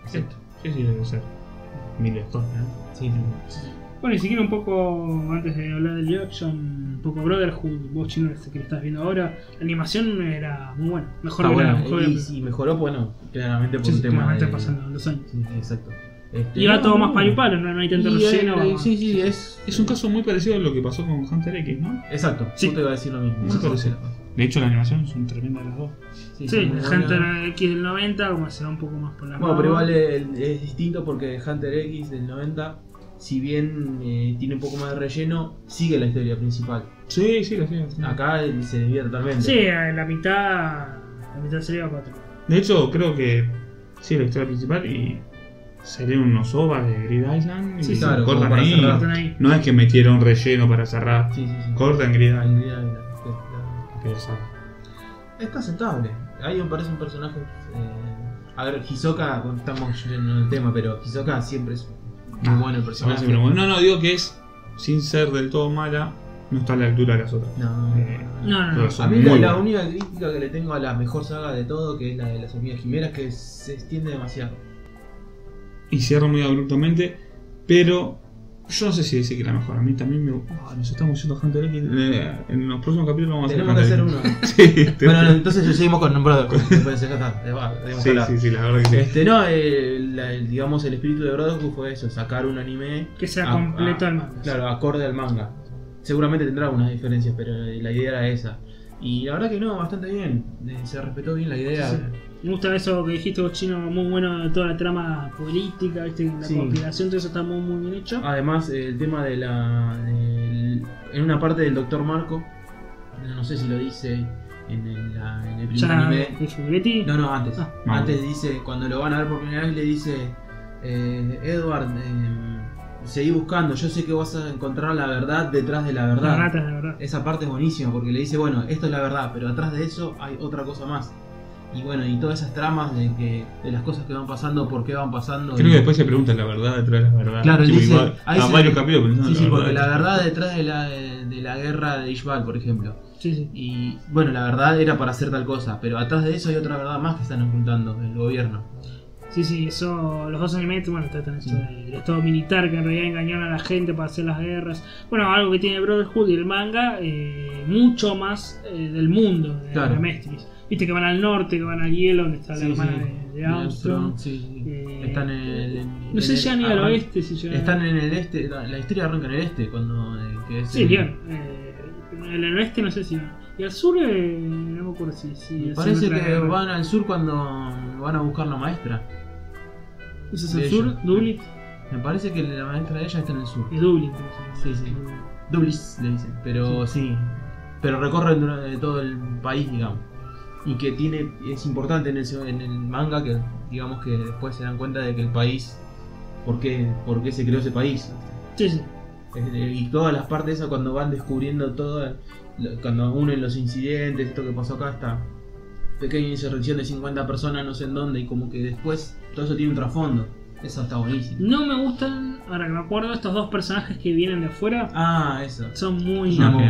C: Exacto.
A: Sí, sí, debe ser. Milo Scorpio, ¿no?
C: ¿eh? Sí, sí.
B: Bueno, y si quieren un poco, antes de hablar del live action, un poco Brotherhood, vos chino que lo estás viendo ahora, la animación era muy buena, mejor
C: Está
B: que la-
C: bueno.
B: mejor que-
C: Y si mejoró, bueno, claramente por
B: Sí,
C: un tema.
B: claramente
C: de-
B: pasando los años.
C: Sí, sí, exacto. Este,
B: Y va
C: no,
B: todo
C: no,
B: más palo y palo, no, no hay tanto
C: Y hay-
B: relleno.
C: hay- sí, sí, es.
A: Es un caso muy parecido a lo que pasó con Hunter X, ¿no?
C: Exacto,
B: Sí.
C: yo te iba a decir lo mismo.
A: Muy parecido. De hecho, la animación es un tremenda de las dos.
C: Sí,
B: Sí,
C: muy
B: el
C: buena.
B: Hunter X del 90, como se da un poco más por la
C: Bueno, pero
B: mano.
C: igual el- es distinto porque Hunter X del 90, si bien eh, tiene un poco más de relleno, sigue la historia principal.
A: Sí, sí, la sí, la sí.
C: Acá eh, se desvía totalmente.
B: Sí, a la mitad. La mitad sería cuatro.
A: De hecho, creo que sí, la historia principal y salieron unos ovas de Grid Island y
B: Sí, sí.
C: Claro, como
A: cortan
C: para
A: ahí.
C: cerrar.
B: Están ahí.
A: No es que metieron relleno para cerrar.
C: sí, sí. sí.
A: Cortan Grid
C: La
A: Island.
C: idea de la- de la-
A: Pero cerrar.
C: Está aceptable. Ahí me parece un personaje. eh, a ver, Hisoka, bueno, estamos yendo en el tema, pero Hisoka siempre es
B: Ah.
C: muy bueno el
A: Ahora sí
C: personaje.
A: me lo muevo. No, no, digo que es, sin ser del todo mala, no está a la altura de las otras.
C: No,
A: Eh,
B: No, no, no.
A: Todas
C: A
A: son
C: mí
A: muy
C: la, la
A: buenas.
C: única crítica que le tengo a la mejor saga de todo, que es la de las hormigas quimeras, que se extiende demasiado.
A: y cierra muy abruptamente, pero yo no sé si decir que la mejor. A mí también me. Ah, nos estamos yendo a Hunter X. Eh, En los próximos capítulos vamos a hacer
C: Tenemos que hacer
A: Hunter
C: uno.
A: X. Sí, te-
C: Bueno, no, entonces seguimos con Brotherhood. me parece, ya está, eh, va, debemos
A: sí,
C: hablar.
A: sí, sí, la verdad que sí.
C: Este, no, eh, la- el- digamos, el espíritu de Brotherhood fue eso, sacar un anime,
B: Que sea
C: Ah,
B: completo
C: ah,
B: el manga.
C: claro, acorde al manga. Seguramente tendrá unas diferencias, pero la idea era esa. Y la verdad que no, bastante bien. Eh, Se respetó bien la idea.
B: Sí, Me gusta eso que dijiste vos, chino, muy bueno de toda la trama política, viste, la
C: Sí.
B: conspiración, todo eso está muy, muy bien hecho.
C: Además, eh, el tema de la. del- en una parte del Doctor Marco, no sé si lo dice en el, la- en el primer
B: ya
C: anime.
B: el juguete.
C: No, no, antes.
B: Ah.
C: Antes dice, cuando lo van a ver por primera vez, le dice: eh, Edward, eh, seguí buscando, yo sé que vas a encontrar la verdad detrás de la
B: Las
C: verdad.
B: ratas, la verdad.
C: Esa parte es buenísima porque le dice: Bueno, esto es la verdad, pero atrás de eso hay otra cosa más. Y bueno, y todas esas tramas de, que, de las cosas que van pasando, por qué van pasando.
A: Creo
C: y-
A: que después se pregunta la verdad detrás de la verdad.
C: Claro, él
A: Tipo,
C: dice-
A: igual,
C: ahí
A: a
C: se-
A: varios capítulos pensando
C: Sí, sí,
A: en
C: porque la verdad detrás de la, de la guerra de Ishbal, por ejemplo.
B: Sí, sí.
C: Y bueno, la verdad era para hacer tal cosa, pero atrás de eso hay otra verdad más que están ocultando el gobierno.
B: Sí, sí, eso, los dos animes, bueno, tratan eso del estado militar que en realidad engañaron a la gente para hacer las guerras. Bueno, algo que tiene Brotherhood y el manga, eh, mucho más eh, del mundo de
C: Claro.
B: la Mestris. Viste que van al norte, que van al hielo, donde está la
C: Sí,
B: hermana
C: sí.
B: de, de
C: De
B: Armstrong.
C: Armstrong, sí, sí.
B: Eh,
C: Están en el. en-
B: No sé
C: en
B: si
C: el-
B: llegan ni al
C: arran-
B: oeste, si llegan.
C: Están en el este, la la historia arranca en el este, cuando. eh, que es
B: Sí,
C: el-
B: bien. Eh, en el oeste no sé si van. Y al sur, eh, no me acuerdo si. si
C: Me
B: hacen
C: parece
B: otra
C: que
B: guerra.
C: van al sur cuando van a buscar la maestra.
B: ¿Eso es al
C: de
B: sur?
C: ellos.
B: Dublin.
C: Me parece que la maestra de ella está en el sur.
B: Es Dublin. creo que se
C: Sí,
B: llama.
C: sí. Dublis le dicen, pero sí. Pero recorren durante todo el país, digamos. Y que tiene es importante en el, se- en el manga que digamos que después se dan cuenta de que el país por qué, por qué se creó ese país.
B: Sí, sí.
C: Eh, Y todas las partes esas cuando van descubriendo todo, lo- cuando unen los incidentes, esto que pasó acá, esta pequeña insurrección de 50 personas no sé en dónde y como que después todo eso tiene un trasfondo. Eso está buenísimo.
B: No me gustan, ahora que me acuerdo, estos dos personajes que vienen de afuera.
C: Ah, eso.
B: Son muy.
C: No.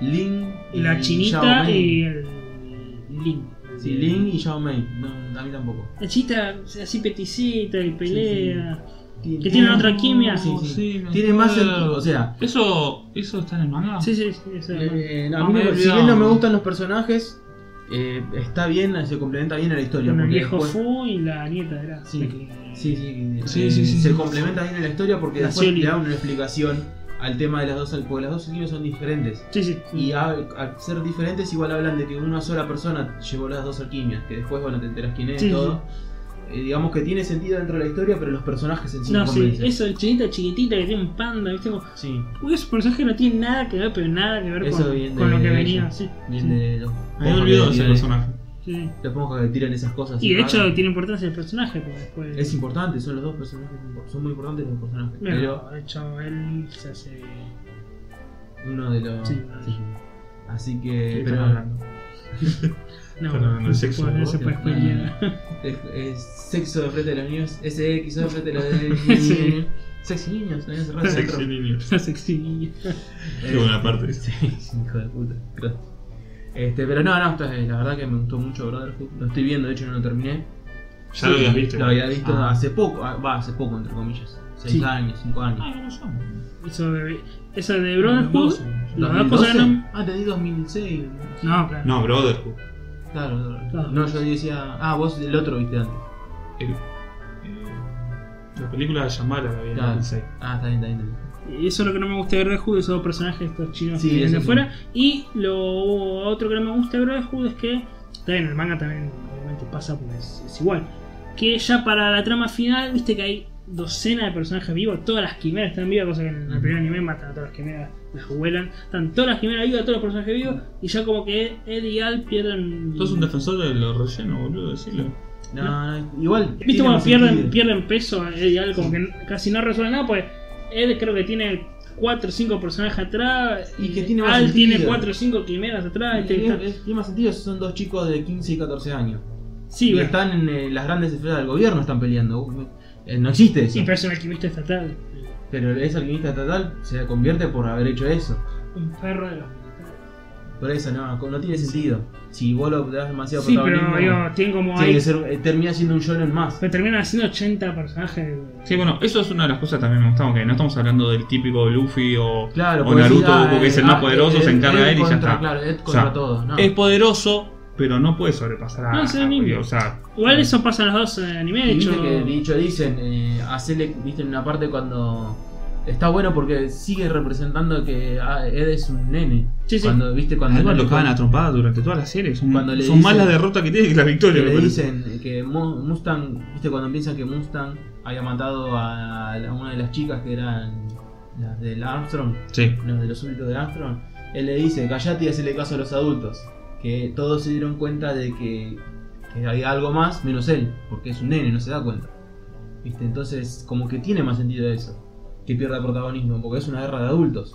C: Lin
B: La
C: y Yao
B: chinita
C: Mei.
B: y el. Lin.
C: Sí, Lin y Yao Mei. No, a mí tampoco.
B: La chita así peticita y pelea.
C: Que
B: tienen otra quimia.
C: Sí,
A: Oh,
C: sí.
A: sí, me
C: Tiene más
A: acuerdo.
C: sentido. O sea,
A: ¿Eso, ¿Eso está en el
C: Ah.
A: manga?
B: Sí, sí, sí. Ah, eso.
C: eh, no, a
A: No,
C: mí
A: me
C: no-
A: había
C: si bien no me
A: olvidado.
C: gustan los personajes, eh, está bien, se complementa bien a la historia.
B: Con el
C: porque
B: viejo
C: después-
B: Fu y la nieta, era.
C: Sí.
B: La que-
C: Sí, sí,
A: Sí,
C: eh,
A: sí, sí,
C: se
A: sí.
C: complementa bien a la historia porque
B: La
C: después
B: Sully.
C: le da una explicación al tema de las dos, porque las dos líneas son diferentes.
B: Sí, sí.
C: Y a- al ser diferentes, igual hablan de que una sola persona llevó las dos alquimias, que después, bueno, te enteras quién es
B: Sí,
C: y todo. Eh, digamos que tiene sentido dentro de la historia, pero los personajes en sí
B: No, sí,
C: convencen.
B: eso, el chinita chiquitita que tiene un panda, ¿viste? Como,
C: Sí.
B: uy, ese personaje no tiene nada que ver, pero nada que ver
C: Eso
B: con,
C: bien
B: con
C: de-
B: lo que
C: de
B: venía.
C: ella.
B: Sí,
C: Bien
B: sí,
C: de los
A: Me había olvidado de
C: ponjas que
A: ese
C: tiran-
A: personaje.
B: sí.
C: Los ponjas que tiran esas cosas.
B: Y de
C: raras.
B: hecho tiene importancia el personaje, porque después.
C: es importante, son los dos personajes, impo- son muy importantes los personajes.
B: Bueno,
C: Pero
B: de hecho, él se hace.
C: uno de los.
B: Sí.
C: Así
A: ¿Qué
C: que.
A: están
C: Pero,
A: hablando?
B: No,
A: Pero en el
B: no pues, se
A: sexo,
B: puede-
A: ¿no?
B: se puede spoilear.
C: Es, es sexo de frente de los niños. SX de frente de los
B: Sí.
C: niños. Sexy niños, no voy a cerrar el
A: Sexy
C: centro.
A: niño.
B: La sexy.
A: Qué buena parte.
C: Eh, Sí, hijo de puta. Cross. Este, pero no, no, esto es- la verdad que me gustó mucho Brotherhood. Lo estoy viendo, de hecho no lo terminé.
A: Ya lo habías visto.
C: Lo había visto
B: Ah.
C: hace poco, ah, va, hace poco entre comillas. 6
B: Sí.
C: años, 5 años.
A: Ah, no yo.
B: Eso de, eso de Brotherhood.
A: No,
B: La verdad, cosa que no.
C: Ah, te di 2006.
B: No, claro.
A: No, Brotherhood.
C: Claro, claro.
B: Claro.
C: No, yo decía. Ah, vos el otro viste antes.
A: El- eh, la película de Yamala la vi en
C: Claro.
A: 2006.
C: Ah, está bien, está bien. está
B: Y Eso es lo que no me gusta de Brotherhood, esos dos personajes, estos chinos
C: Sí,
B: que vienen
C: eso
B: de
C: sí.
B: afuera. Y lo otro que no me gusta de Brotherhood es que, está bien, el manga también obviamente pasa porque es, es igual. Que ya para la trama final, viste que hay docenas de personajes vivos, todas las quimeras están vivas, cosa que en el
C: Ujú.
B: primer anime matan a todas las quimeras, las vuelan, están todas las quimeras vivas, todos los personajes vivos, y ya como que Ed y Al pierden.
A: Tú eres un defensor de los rellenos, boludo, decilo.
C: bien. No, no, igual.
B: ¿Viste
C: tiene
B: cuando
C: más
B: pierden,
C: sentido.
B: pierden peso? Ed y Al como que n- casi no resuelve nada, pues Ed creo que tiene 4 o 5 personajes atrás. eh,
C: Y que tiene más
B: Al
C: sentido.
B: tiene 4 o 5 quimeras atrás. este,
C: Tiene,
B: está-
C: es- tiene más sentido si son dos chicos de 15 y 14 años.
B: Sí,
C: y
B: bueno.
C: están en eh, las grandes esferas del gobierno, están peleando. Eh, no existe eso.
B: Sí, pero es un alquimista estatal.
C: Pero ese alquimista estatal se convierte por haber hecho eso.
B: Un perro de los militares.
C: Por eso no, no tiene sentido. Si vos lo das demasiado
B: Sí, pero
C: protagonismo,
B: digo, tiene como
C: tiene
B: ahí.
C: que ser, eh, termina siendo un shonen más.
B: Pero terminan haciendo 80 personajes.
A: Sí, bueno, eso es una de las cosas que también me gustaba, que no estamos hablando del típico Luffy o,
C: Claro,
A: o
C: porque
A: Naruto,
C: si, ah,
A: Goku, que es el
C: eh,
A: más
C: ah,
A: poderoso, se
C: Ed-
A: encarga
C: Ed
A: él y ya
C: contra,
A: está.
C: Claro, Ed
A: O
C: contra
A: sea,
C: todos, ¿no?
A: Es poderoso, pero no puede sobrepasar a...
B: No, sí, ni-
A: o sea,
B: Igual eso pasa en los dos eh, anime, de
C: Y
B: hecho.
C: viste que dicho dicen, eh, hacele, viste en una parte cuando está bueno porque sigue representando que ah, Ed es un nene.
B: Sí, sí.
C: Cuando viste cuando
A: Además lo
C: cuando-
A: cagan a trompadas durante toda la serie. Son,
C: Cuando le
A: son
C: dicen-
A: más la derrota que tiene que la
C: que
A: victoria. me
C: le
A: parece.
C: dicen que Mu- Mustang, viste cuando piensan que Mustang había matado a, la- a una de las chicas que eran las del Armstrong,
A: Sí.
C: los de los súbditos del Armstrong, él le dice, callate y hacele caso a los adultos, que todos se dieron cuenta de que, que había algo más, menos él, porque es un nene, no se da cuenta. ¿Viste? Entonces, como que tiene más sentido eso, que pierda protagonismo, porque es una guerra de adultos.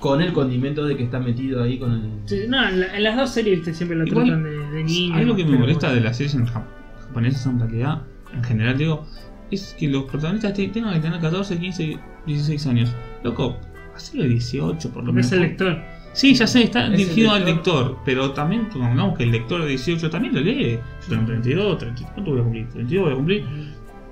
C: Con el condimento de que está metido ahí con el...
B: Sí, no, en, la- en las dos series viste, siempre lo
A: Igual,
B: tratan de, de niño.
A: Algo que me
B: pero
A: molesta
B: bueno.
A: de las series en jap- japonesas en realidad, en general digo, es que los protagonistas te- tengan que tener 14, 15, 16 años. Loco, hacelo 18 por lo menos.
B: Es el lector.
A: Sí, ya sé, está
C: Es el
A: dirigido al
C: lector.
A: lector, pero también pongamos que el lector de 18 también lo lee. Yo tengo 32, 34 voy a cumplir, 32 voy a cumplir.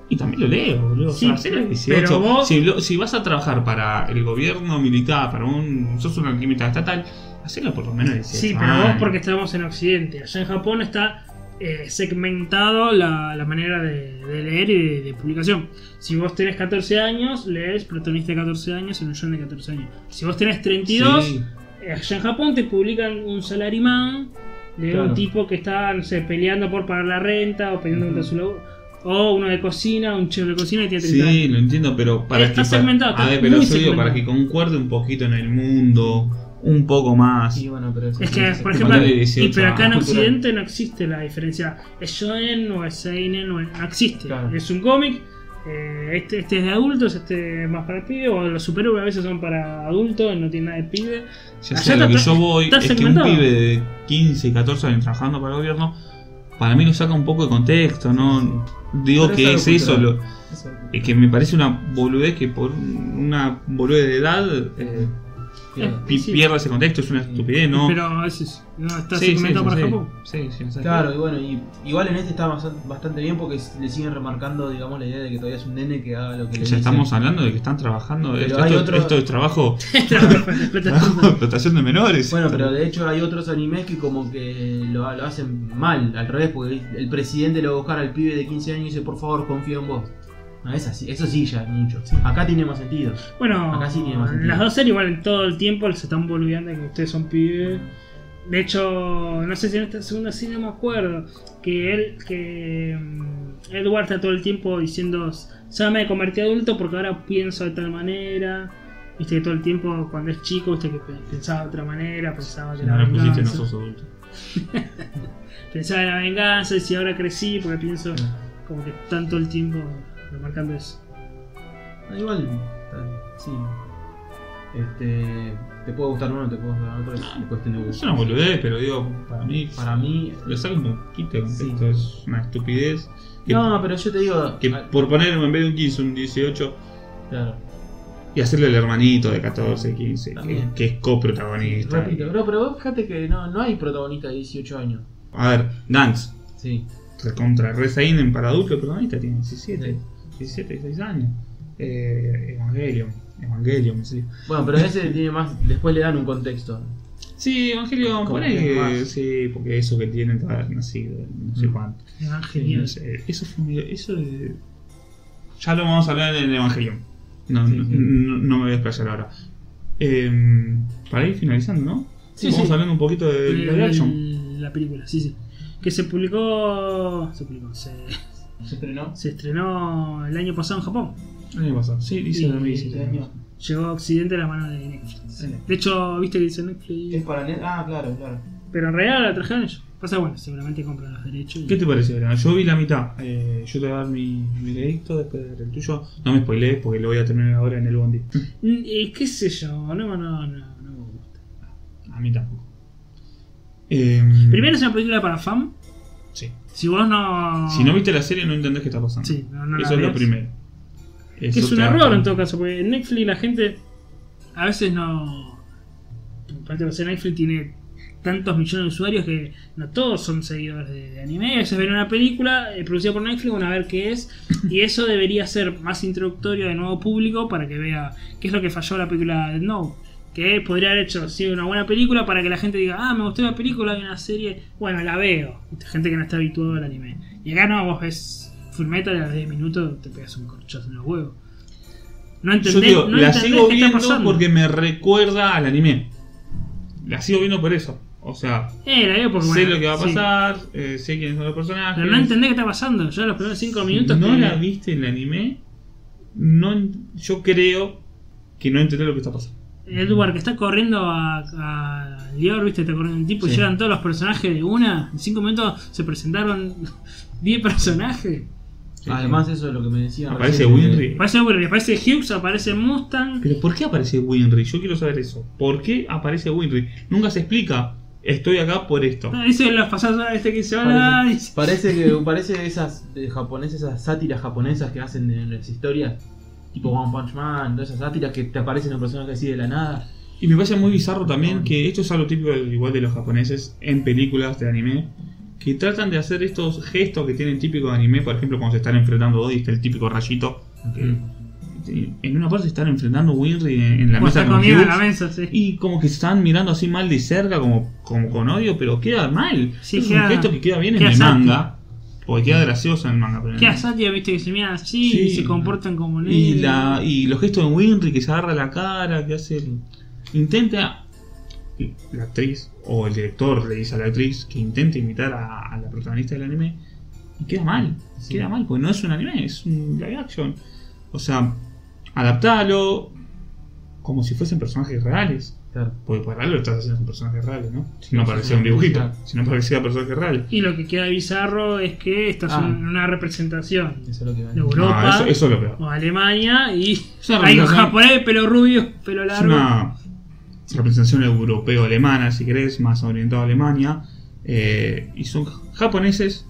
A: Y también lo leo, boludo.
B: Sí,
A: o sea, hacelo de 18.
B: pero vos-
A: si, lo- si vas a trabajar para el gobierno militar, para un. sos un alquimista estatal, hacelo por lo menos de 18.
B: Sí, pero vos
A: años.
B: porque estamos en Occidente. Allá en Japón está eh, segmentado la, la manera de, de leer y de, de publicación. Si vos tenés 14 años, lees protagonista de 14 años en un shonen de 14 años. Si vos tenés 32,
A: Sí.
B: eh, allá en Japón te publican un salarimán de un
C: Claro.
B: tipo que está, no sé, peleando por pagar la renta o peleando
C: Ujú.
B: por su laburo. O uno de cocina, un chef de cocina y tiene 30 años.
A: Sí, lo entiendo, pero para
B: Está
A: que. pa-
B: segmentado, está
A: a ver, pero
B: muy
A: yo digo, para
B: segmentado.
A: que concuerde un poquito en el mundo, un poco más.
C: Y bueno, pero
B: Es que, por
A: sí, sí,
B: ejemplo,
A: sí,
B: y,
A: 18,
B: pero acá en
A: ah,
C: cultural.
B: Occidente no existe la diferencia. Es shonen o es seinen, o no existe.
C: Claro.
B: Es un cómic. eh, este, este es de adultos, este es más para pibes. O los superhéroes a veces son para adultos, no tiene nada de pibe.
A: Ya
B: Allá
A: sé, lo
B: está-
A: que yo voy
B: está
A: es que un
B: segmentado.
A: pibe de 15, 14 años trabajando para el gobierno, para mí lo saca un poco de contexto, ¿no? Digo
C: Pero es
A: que
C: algo
A: es eso,
C: cultural.
A: lo, es que me parece una boludez que por un- una boludez de edad eh, pi-
B: Sí.
A: pierda ese contexto, es una estupidez, ¿no?
B: Pero eso es- no, está
A: Sí, sí,
B: segmentado
A: sí,
B: para
A: sí.
B: Japón.
A: Sí, sí, sí.
C: Claro, y bueno, y, igual en este está basa- bastante bien porque s- le siguen remarcando, digamos, la idea de que todavía es un nene que haga lo que le
A: Ya
C: dicen.
A: estamos hablando de que están trabajando.
C: Pero
A: Esto,
C: hay
A: esto-
C: otro-
A: esto es trabajo,
B: Lo estás-
A: trabajo de explotación de menores.
C: Bueno, pero de hecho hay otros animes que como que lo, lo hacen mal, al revés, porque el presidente lo va a buscar al pibe de 15 años y dice, por favor, confío en vos. No, es así, eso sí ya es mucho. Acá tiene más sentido.
B: Bueno,
C: Acá sí tiene más sentido.
B: las dos series igual todo el tiempo se están volviendo que ustedes son pibes. De hecho, no sé si en esta segunda serie no me acuerdo que él, que mm, Edward está todo el tiempo diciendo, ya me convertí a adulto porque ahora pienso de tal manera. Viste que todo el tiempo cuando es chico, viste que pe- pensaba de otra manera, pensaba que
A: no
B: era
A: le pusiste no
B: venganza,
A: sos adulto.
B: pensaba en la venganza y si ahora crecí porque pienso como que están todo el tiempo remarcando eso.
C: Ah, Igual, está bien, sí. Este, Te puede gustar uno, te puede gustar otro, es
A: Ah, No.
C: cuestión de
A: Es
C: gusto.
A: una boludez, pero digo, para mí,
C: Para mí.
A: lo saco un poquito de contexto,
C: Sí.
A: es una estupidez. Que,
C: No, pero yo te digo.
A: que
C: ah,
A: por poner en vez de un 15, un 18
C: claro.
A: y hacerle el hermanito de 14, 15, que,
C: También.
A: que es coprotagonista.
C: Repito, pero, pero vos fíjate que no, no hay protagonista de 18 años.
A: A ver, Gantz,
C: Sí.
A: contra Rezainen para adultos, protagonista tiene 17, 17, 16 años. Eh, Evangelion, Evangelion, me salió.
C: Bueno, pero ese tiene más. Después le dan un contexto.
A: Sí, Evangelion,
C: Como
A: por ahí
C: que
A: que-
C: más.
A: sí, porque eso que tienen de haber nacido, no sé
C: Mm.
A: cuánto.
B: Evangelion.
A: No sé, eh, eso fue medio- eso de- Ya lo vamos a hablar en Evangelion. No,
C: Sí,
A: no,
C: sí.
A: no- no me voy a desplayar ahora. Eh, para ir finalizando, ¿no?
C: Sí,
A: Vamos
C: sí.
A: hablando un poquito de
B: El-
A: live action.
B: Mm, la película, sí, sí. Que se publicó. Se publicó. Se,
C: ¿Se estrenó?
B: se estrenó el año pasado en Japón.
A: El año pasado, sí, dice
B: Y-
A: 2017.
C: año.
B: Llegó a Occidente a la mano de Netflix.
C: Sí.
B: De hecho, viste que dice Netflix.
C: Es para net. Ah, claro, claro.
B: Pero en realidad la trajeron ellos. Pasa bueno, seguramente compran los derechos. y-
A: ¿Qué te pareció, Adriana? Yo vi la mitad. Eh, yo te voy a dar mi, mi veredicto, después de ver el tuyo. No me spoilees porque lo voy a terminar ahora en el bondi.
B: Mm, eh, ¿Qué sé yo? No, no, no, no me gusta.
A: A mí tampoco. Eh,
B: Primero es una película para fan.
A: Sí.
B: Si vos no.
A: Si no viste la serie, no entendés qué está pasando.
B: Sí, no, no la
A: Eso es lo
B: veas.
A: primero.
B: Que es
A: Eso
B: un
A: te da-
B: error en todo caso, porque en Netflix la gente a veces no. Aparte, o sea, Netflix tiene tantos millones de usuarios que no todos son seguidores de, de anime. A veces ven una película eh, producida por Netflix, van a ver qué es. Y eso debería ser más introductorio de nuevo público para que vea qué es lo que falló la película de No. Que podría haber hecho sí, una buena película para que la gente diga, ah, me gustó la película, hay una serie, bueno, la veo. Gente que no está habituada al anime. Y acá no, vos ves Fullmetal a los 10 minutos, te pegas un corchazo en los huevos. No
A: Yo
B: entendés,
A: digo,
B: no
A: la
B: entendés
A: sigo
B: qué está
A: viendo
B: pasando.
A: porque me recuerda al anime. La sigo viendo por eso. O sea,
B: Eh, la veo porque
A: sé
B: bueno,
A: lo que va a
B: sí.
A: pasar, eh, sé quiénes son los personajes.
B: Pero no entendés qué está pasando. Ya los primeros 5 minutos.
A: no
B: que-
A: la viste en el anime, no, en- yo creo que no entendés lo que está pasando.
B: Edward que está corriendo a, a Lior, viste, está corriendo un tipo y
A: Sí.
B: llegan todos los personajes de una. En 5 minutos se presentaron 10 personajes.
A: Sí,
C: Además,
A: sí.
C: eso es lo que me decían.
A: aparece
C: recién,
A: Ah, Winry.
B: Aparece Edward, aparece Hughes, aparece Mustang.
A: Pero ¿por qué aparece Winry? Yo quiero saber eso. ¿Por qué aparece Winry? Nunca se explica. Estoy acá por esto.
B: Ah, Dice los pasados este que se va.
C: Parece, parece que parece esas de japoneses, esas sátiras japonesas que hacen en las historias, tipo One Punch Man, todas esas sátiras que te aparecen un personaje así de la nada.
A: Y me parece muy bizarro
B: Ah.
A: también que esto es algo típico del- igual de los japoneses en películas de anime. Que tratan de hacer estos gestos que tienen típico de anime, por ejemplo, cuando se están enfrentando dos y está el típico rayito. que-
B: Mm.
C: Mm.
A: en una parte se están enfrentando Winry en, en la mesa
B: Cuando está
A: con
B: comiendo en
A: Hughes.
B: la mesa, sí.
A: Y como que se están mirando así mal de cerca, como, como con odio, pero queda mal.
B: Sí,
A: es
B: queda-
A: un gesto que queda bien en
B: queda
A: el
B: sátiro.
A: manga. Porque queda gracioso en el manga. Pero en-
B: ¿Qué haces, tío? Viste que se miran así
A: Sí.
B: y se comportan como
A: y,
B: negros.
A: la, y los gestos de Winry que se agarra la cara, que hace. el- intenta. La actriz o el director le dice a la actriz que intente imitar a, a la protagonista del anime. Y queda mal.
C: Sí.
A: Queda mal, porque no es un anime, es un live action. O sea, adaptalo como si fuesen personajes reales.
C: Claro.
A: Porque para algo estás haciendo un personaje real, ¿no?
C: Sí,
A: no
C: sí,
A: parecía
C: sí,
A: un dibujito,
C: claro.
A: sino parecía un personaje real.
B: Y lo que queda bizarro es que estás
C: Ah.
B: en una representación
C: Eso es lo que
B: de
C: van.
B: Europa
A: No, eso, eso es lo peor.
B: o Alemania y
A: Es una
B: hay un
A: representación-
B: japonés de pelo rubio, pelo
A: Es
B: largo.
A: una representación europeo-alemana, si querés, más orientada a Alemania. eh, y son japoneses,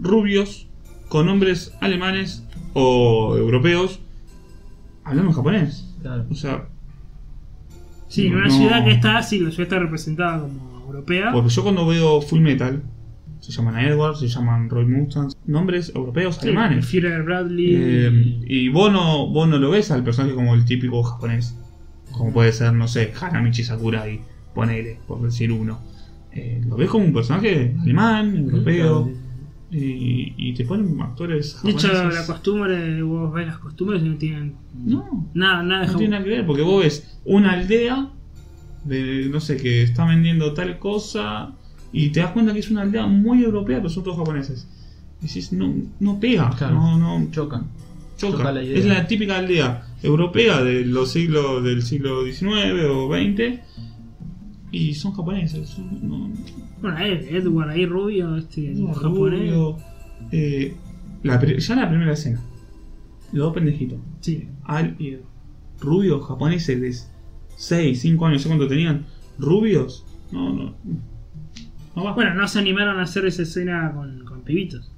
A: rubios, con nombres alemanes o europeos, hablando en japonés.
C: Claro.
A: O sea,
B: Sí, en una
A: No.
B: ciudad que está, sí, la ciudad está representada como europea.
A: porque yo cuando veo Full Metal, se llaman a Edward, se llaman Roy Mustang, nombres europeos,
B: Sí,
A: alemanes.
B: Führer Bradley. Em,
A: Eh, y vos no, vos no lo ves al personaje como el típico japonés. Como puede ser, no sé, Hanamichi Sakurai, ponele, por decir uno. Eh, lo ves como un personaje alemán, europeo. Y, y te ponen actores
B: de hecho,
A: japoneses.
B: la costumbre, vos ves las costumbres y no tienen
A: No,
B: nada, nada de
A: no
B: Japón.
A: tiene nada que ver, porque vos ves una aldea de, no sé, que está vendiendo tal cosa y te das cuenta que es una aldea muy europea, pero son todos japoneses. Decís, no, no pega,
C: Claro.
A: no, no,
C: Chocan.
A: Choca.
C: Choca la idea.
A: Es la típica aldea europea de los siglos, del siglo XIX o XX. Y son japoneses. son- no-
B: Bueno, eh, Edward ahí rubio, este
A: no,
B: japonés.
A: rubio. Eh, la pri- ya la primera escena. Los dos pendejitos.
B: Sí.
A: Al y Rubio eh, japoneses les 6, 5 años, ¿sé cuánto tenían? ¿Rubios? No, no. No va.
B: Bueno, no se animaron a hacer esa escena con, con pibitos.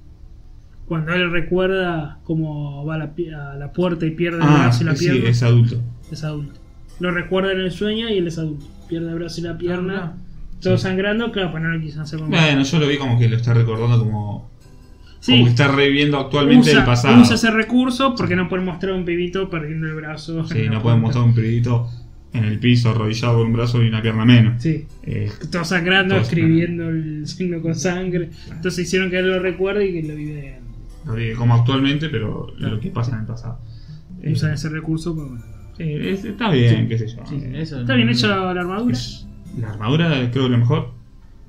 B: Cuando él recuerda cómo va a la, pi- a la puerta y pierde el
A: ah,
B: brazo y la
A: sí,
B: pierna, es...
A: es adulto.
B: adulto. Lo recuerda en el sueño y él es adulto. Pierde el brazo y la pierna, todo
A: Ah, Sí.
B: sangrando, claro, pues no lo quiso hacer con
A: Bueno, yo lo vi como que lo está recordando como, como
B: Sí,
A: que está reviviendo actualmente
B: usa,
A: el pasado.
B: usa ese recurso porque no pueden mostrar a un pibito perdiendo el brazo.
A: Sí, no podemos mostrar un pibito en el piso, arrodillado con un brazo y una pierna menos.
B: Sí,
A: Eh,
B: todo sangrando,
A: Todo
B: escribiendo el signo con sangre. Entonces hicieron que él lo recuerde y que lo vive de grande.
A: lo digo como actualmente, pero lo que pasa en el pasado. Eh,
B: Usan ese recurso. pues, bueno.
A: sí, es- está bien, qué sé yo.
C: Sí,
A: Eh,
C: eso
B: Está bien hecha la, la armadura.
A: es- la armadura creo que lo mejor.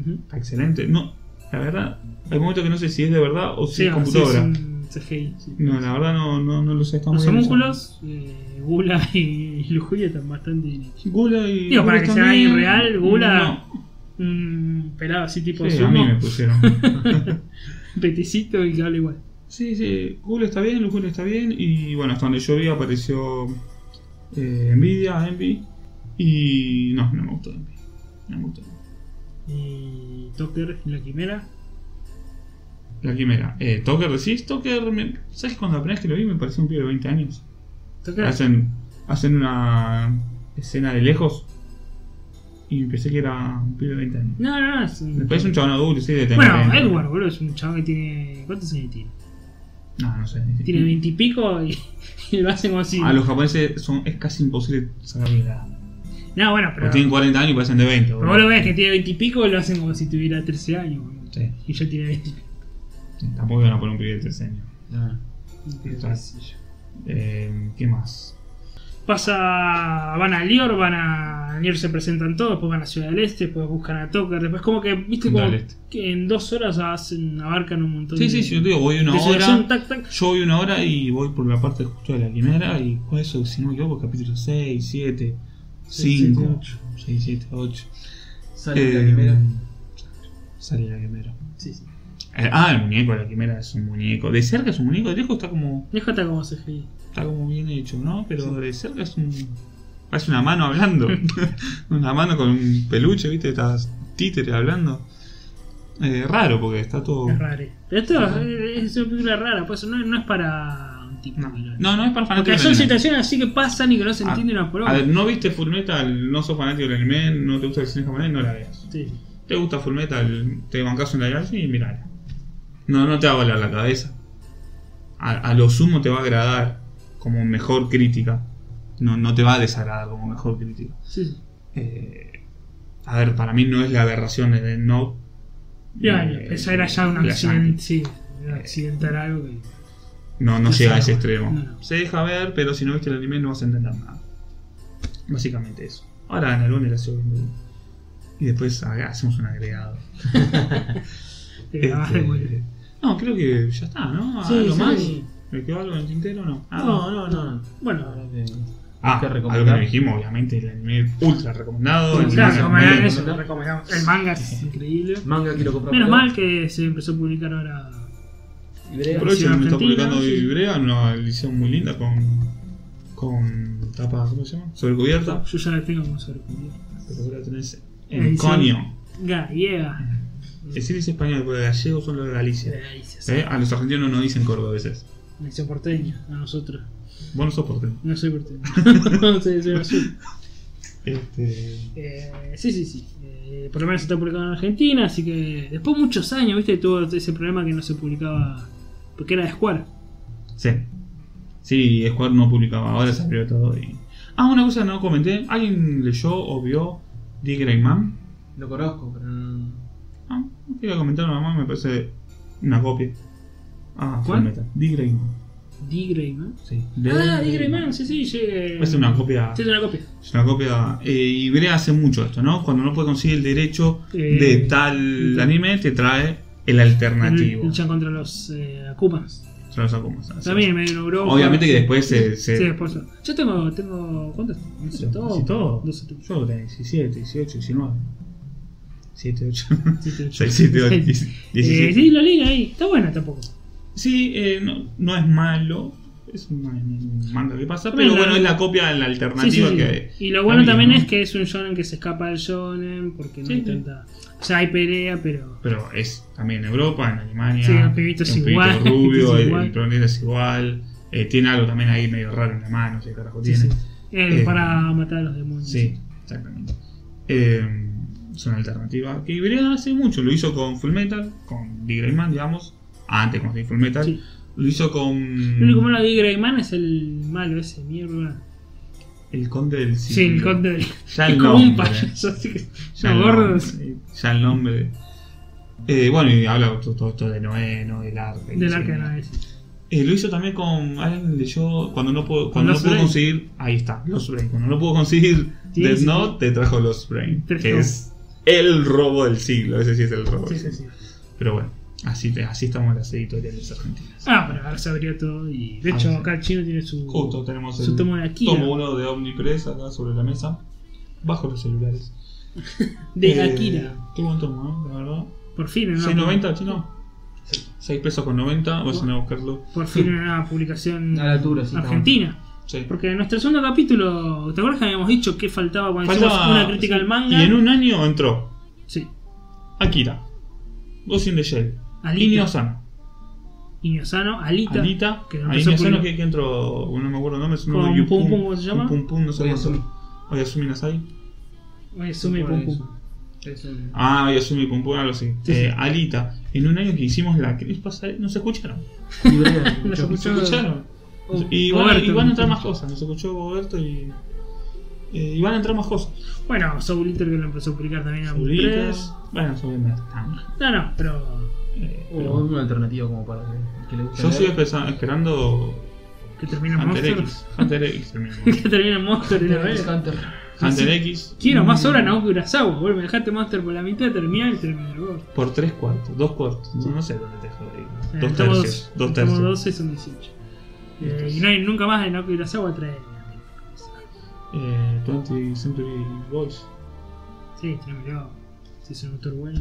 B: Ujú.
A: Está excelente. No, la verdad, hay momentos que no sé si es de verdad o si
B: Sí,
A: es
B: así es
A: computadora.
B: un CGI. sí.
A: No, la verdad no, no, no lo sé. está muy
B: Los
A: bien
B: homúnculos, eh, Gula y, y Lujuria están bastante bien hechos.
A: usado. Gula y.
B: Digo, para
A: Gula
B: que sea
A: también.
B: irreal, Gula-
A: No,
B: Un pelado Mm, así tipo
A: sí, a mí me
B: sumo,
A: pusieron.
B: peticito y que habla igual.
A: Sí, sí, Eh, Google está bien, Google está bien. Y bueno, hasta donde yo vi apareció eh, Nvidia, Envy. Y no, no me gustó Envy. No me gustó.
B: Y Tucker y la quimera.
A: La quimera. Eh, Toker, decís, Toker. me- ¿Sabes cuando la primera vez que lo vi me pareció un pibe de 20 años?
B: Tucker,
A: Hacen, hacen una escena de lejos. Y pensé que era un pibe de 20 años.
B: No, no, no, es un-
A: Me parece un chabón adulto, sí, de tener
B: Bueno,
A: 20.
B: Edward, boludo, es un chabón que tiene. ¿Cuántos años tiene?
A: No, no sé.
B: Tiene veintipico y, y lo hacen como si.
A: A los japoneses son, es casi imposible sacarle la.
B: No, bueno,
A: Porque
B: pero.
A: tienen 40 años y parecen de 20.
B: pero vos lo ves que tiene veintipico y lo hacen como si tuviera 13 años, boludo.
A: Sí.
B: Y ya tiene 20.
A: Sí, Tampoco iban a poner un pibe de 13 años.
B: Entonces,
A: Claro.
B: qué sé yo.
A: Eh, ¿Qué más?
B: Pasa. Van a Lior, van a. a Lior se presentan todos, después van a Ciudad del Este, después buscan a Tucker, después como que, viste, como
A: Dale, este.
B: que en dos horas hacen, abarcan un montón
A: Sí,
B: de.
A: sí, sí, yo te digo, voy una
B: de situación,
A: hora.
B: tac, tac.
A: Yo voy una hora y voy por la parte justo de la quimera. Y con eso, si no me equivoco, capítulo 6, 7,
B: Sí,
A: 5,
B: siete,
A: 6, 7, 8.
C: Sale la primera.
A: Eh, mm. Sale la quimera.
B: Sí, sí.
A: Eh, ah, el muñeco de la quimera es un muñeco. De cerca es un muñeco, de lejos está como,
B: Déjate como CGI.
A: está como bien hecho, ¿no? Pero de cerca es un. Parece una mano hablando. una mano con un peluche, ¿viste? Está títere hablando. Eh, raro porque está todo.
B: Es raro. Pero esto es, es una película rara, pues no, no es para un tipo.
A: No,
B: mirón.
A: no, no es para
B: Porque
A: fanáticos.
B: son
A: del anime. Ah,
B: situaciones así que pasan y que no se entiende una por
A: A ver, no viste Fullmetal, no sos fanático del anime, no te gusta el cine japonés, no la veas.
B: Sí.
A: Te gusta Fullmetal, te bancas en la galaxia y mirala. No, no te va a volar la cabeza. A, a lo sumo te va a agradar como mejor crítica. No, no te va a desagradar como mejor crítica.
B: sí, sí.
A: Eh, a ver, para mí no es la aberración de Dead Note.
B: Ya,
A: Eh,
B: eso era ya un
A: la Yankee.
B: accidente. Sí, era accidental algo que.
A: No, no
B: Sí,
A: llega a
B: sí,
A: ese
B: no.
A: extremo.
B: No, no.
A: Se deja ver, pero si no viste el anime no vas a entender nada. Básicamente eso. Ahora en algún la sigo viendo. Y después haga- hacemos un agregado.
B: te grabaste,
A: Este,
B: bueno.
A: No, creo que ya está, ¿no?
C: Sí,
A: ¿Algo
C: sí.
A: más? ¿Me quedó algo en el tintero o no? Ah,
C: No, no, no.
B: Bueno,
A: Ah,
C: que
A: algo que
C: recomendar.
A: no dijimos, obviamente, el anime ultra recomendado.
C: Sí,
A: el
B: claro,
A: manga
B: recomendar
A: también.
B: eso, recomendamos. El manga
A: Eh.
B: es increíble.
C: Manga quiero comprar.
B: Menos
C: pero-
B: mal que se empezó a publicar ahora.
C: Y breve.
A: Por eso me está
B: Argentina,
A: publicando
B: sí.
A: Ibrea, una edición muy linda con. con tapa, ¿cómo se llama? Sobrecubierta.
B: Yo ya la tengo como sobrecubrido.
A: Pero ahora tenés en
B: Edición.
A: coño.
B: Gallega.
A: Decir es español, porque gallegos son los de Galicia.
B: Galicia.
A: ¿Eh? A los argentinos no dicen cordobeses.
B: Me hizo porteño, a nosotros.
A: Vos no sos porteño.
B: No soy porteño. no soy, soy azul.
A: Este...
B: Eh, sí, sí, sí. Eh, por lo menos se está publicado en Argentina, así que después de muchos años, ¿viste? Tuvo ese problema que no se publicaba porque era de Square.
A: Sí. Sí, Square no publicaba, ahora se abrió todo y. Ah, una cosa que no comenté. ¿Alguien leyó o vio Dick Grayman?
C: Lo conozco, pero no.
A: Ah, iba a comentar nada más, me parece una copia. Ah,
B: ¿Cuál?
A: Fullmetal. Dick Grayman.
B: D. Grayman.
A: Sí.
B: Ah, D. Grayman, sí, sí. sí.
A: Es una copia.
B: Sí, es una copia.
A: Es una copia. Eh, y Ibrea hace mucho esto, ¿no? Cuando no puede conseguir el derecho
B: Eh,
A: de tal
B: sí.
A: anime, te trae el alternativo.
B: Luchan contra los eh, Akupans.
A: Se lo sacó más, así es.
B: También medio en Europa.
A: Obviamente que después se. se-
B: Sí, después. Yo tengo. tengo ¿Cuántos? No sé,
A: Casi
B: todo.
A: todo.
B: No sé, todo.
A: Yo tenía 17, 18, 19. 7, 8.
B: Sí, sí,
A: 6, 7, 8,
B: Eh,
A: 17.
B: sí, la liga ahí. Está buena tampoco.
A: Sí, eh, no, no es malo. Es un, un manga que pasa,
B: Bueno,
A: pero bueno,
B: la-
A: es la copia, la
B: Sí, sí,
A: alternativa
B: sí.
A: que.
B: Y lo bueno también
A: ¿no?
B: es que es un shonen que se escapa del shonen porque no
A: Sí,
B: hay
A: sí.
B: tanta. O sea, hay pelea, pero.
A: Pero es también en Europa, en Alemania.
B: Sí, el pibito es
A: un
B: igual,
A: rubio,
B: es
A: el,
B: igual.
A: el protagonista es igual. Eh, tiene algo también ahí medio raro en la mano, no sé qué carajo
B: Sí,
A: tiene.
B: sí. El
A: Eh,
B: para matar a los demonios.
A: Sí, exactamente. Eh, es una alternativa que Ibrea hace mucho. Lo hizo con Fullmetal, con D. Greyman, digamos. Antes con Fullmetal.
B: Sí.
A: Lo hizo con.
B: Lo único malo de Greyman es el malo ese, mierda.
A: El Conde del
B: Sí,
A: Círculo.
B: el conde del.
A: Ya el
B: es como un
A: nombre. ¿eh?
B: payaso, así que.
A: Ya
B: No,
A: el
B: gordo.
A: nombre, ya el nombre. Eh, bueno, y habla todo, todo esto de Noeno, del arte.
B: Del
A: sí.
B: arca de Noé, sí.
A: Eh, lo hizo también con alguien leyó cuando no puedo cuando no
B: Lost
A: pudo
B: Brain.
A: conseguir ahí está Los Brain cuando no pudo conseguir
B: Sí,
A: Death
B: sí,
A: Note te trajo Los Brain
B: Te
A: que
B: trajo.
A: es el robo del siglo ese Oh, sí es el robo
B: Sí,
A: del
B: sí,
A: siglo.
B: sí.
A: pero bueno así te- así estamos las editoriales argentinas
B: Ah, pero ahora se abrió todo y. De
A: Ah,
B: hecho,
A: sí.
B: acá el chino tiene su.
A: justo tenemos
B: Su
A: el
B: tomo de Akira.
A: tomo uno de Omnipress acá sobre la mesa bajo los celulares
B: De
A: Eh,
B: Akira.
A: qué buen tomo ¿no? la verdad
B: Por fin, una-
A: 6.90 chino 6 pesos con 90 vas a ir a buscarlo
B: Por fin una publicación
C: A la altura, sí, está
B: argentina.
A: sí.
B: Porque en nuestro segundo capítulo, ¿te acuerdas que habíamos dicho que faltaba cuando hicimos
A: Faltaba-
B: una crítica al manga?
A: y en un año entró
B: Sí,
A: Akira, Ghost in the Shell,
B: Alita.
A: Inio Sano,
B: Iñozano, Alita.
A: Anita,
B: que
A: que
B: no
A: a
B: empezó
A: Inio
B: por-
A: Sano que, que entró, no me acuerdo el nombre, es un
B: Con
A: nuevo
B: Pum Pum, ¿cómo se llama?
A: Pum Pum, no sé cómo se
C: Oyasumi.
A: llama. Oyasumi Nasai.
B: Oyasumi Pum Pum.
C: Es un-
A: Ah, Oyasumi Pum Pum, algo así.
B: Sí,
A: Eh,
B: sí.
A: Alita, en un año que hicimos la ¿qué les pasa? No se escucharon.
B: No
C: Ibrea,
B: se
C: mucho.
A: Se
B: escuchó.
A: escucharon.
B: Oh,
A: y, van,
B: Roberto,
A: y van a entrar
B: no
A: más cosas, nos escuchó Roberto y. eh, y van a entrar más cosas.
B: Bueno, Soul Eater que lo empezó a publicar también a
A: Sobre Ika,
B: tres.
A: Bueno, sobre Mertan.
B: No, no, pero.
A: Eh,
B: Oh,
C: O
A: pero-
C: una alternativa como para que, que le guste.
A: yo sigo
C: leer.
A: espesa- esperando
B: Que termina en
A: Hunter
B: Monster.
A: X. Hunter X termina.
B: que termina en Monster y la
C: Es
B: vez.
C: Hunter.
A: Hunter X.
B: Quiero más obra Naoki Urasawa, boludo. Me dejaste Monster por la mitad, termina y termina vos.
A: Por tres cuartos, dos cuartos. No, no sé dónde te jodí.
B: Eh,
A: Dos
B: el tomo
A: tercios.
B: dos-
A: Dos
B: el tomo
A: tercios.
B: 12 son 18. Eh,
A: Entonces.
B: y no hay nunca más de Naoki Urasawa trae.
A: Eh, 20th Century Boys.
B: Sí, tráemelo. Si es un autor bueno.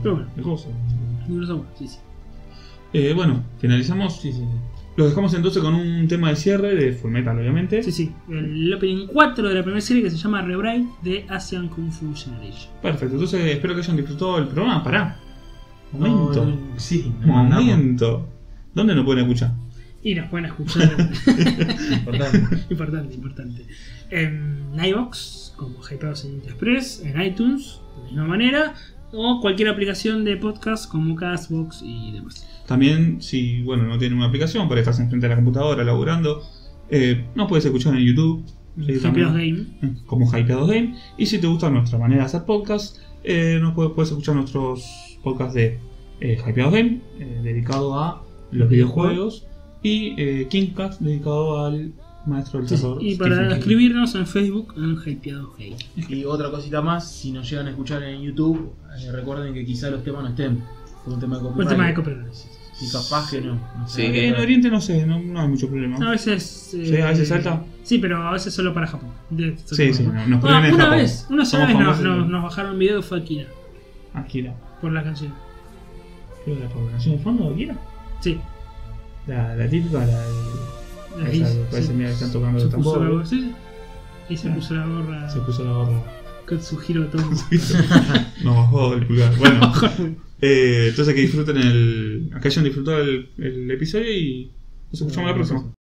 B: Pero
A: Eh,
B: bueno.
A: de cosas.
B: Urasawa, sí, sí.
A: Eh, bueno, finalizamos. Los dejamos entonces con un tema de cierre de Fullmetal, obviamente.
B: Sí, sí. El opening 4 de la primera serie que se llama Rebride de Asian Kung Fu Generation.
A: Perfecto, entonces espero que hayan disfrutado el programa. Pará.
C: No,
A: Momento.
C: no, sí, nos mandamos.
A: Momento. ¿Dónde nos pueden escuchar?
B: Y nos pueden escuchar.
C: Importante.
B: importante, importante. En iBox, como Hypeados en Express, en iTunes, de la misma manera. O cualquier aplicación de podcast como Castbox y demás.
A: También, si bueno, no tienen una aplicación, pero estás enfrente de la computadora laburando, eh, nos puedes escuchar en YouTube. eh, también.
B: Hypeados Game.
A: como Hypeados Game. Y si te gusta nuestra manera de hacer podcast, eh, nos puedes, puedes escuchar nuestros podcasts de eh, Hypeados Game, eh, dedicado a los videojuegos, y eh, Kingcast, dedicado al maestro del
B: Sí, sí.
A: terror.
B: Y para
A: Stephen King.
B: escribirnos en Facebook, en Hypeados Game.
C: Y otra cosita más, si nos llegan a escuchar en YouTube, eh, recuerden que quizá los temas no estén. Fue un tema de
B: Un
C: copyright.
B: tema de copyright.
C: Y capaz que no. no
A: Sí,
C: sé,
A: en
C: pero-
A: Oriente no sé, no, no hay mucho problema.
B: A veces. eh,
A: Sí, a veces salta.
B: Sí, pero a veces solo para Japón. De-
A: Sí, sí, no, nos
B: Ah,
A: prohíben en
B: una
A: Japón.
B: vez, una sola
A: Somos
B: vez nos,
A: famosos en
B: nos-
A: Japón.
B: nos bajaron un video que fue Akira,
A: Akira.
B: por la canción.
A: Creo que la población de fondo, Akira.
B: Sí.
A: La, la típica, la
B: la
A: Esa,
B: hice,
A: parece
B: sí.
A: mía que están tocando
B: se
A: el
B: puso
A: tambor.
B: la gorra, sí. Y se
A: Ah.
B: puso la gorra
A: Se puso la gorra.
B: Katsuhiro Tomo.
A: Nos bajó el pulgar. Bueno. Eh, entonces que disfruten el. Que hayan disfrutado el, el episodio y nos escuchamos la próxima.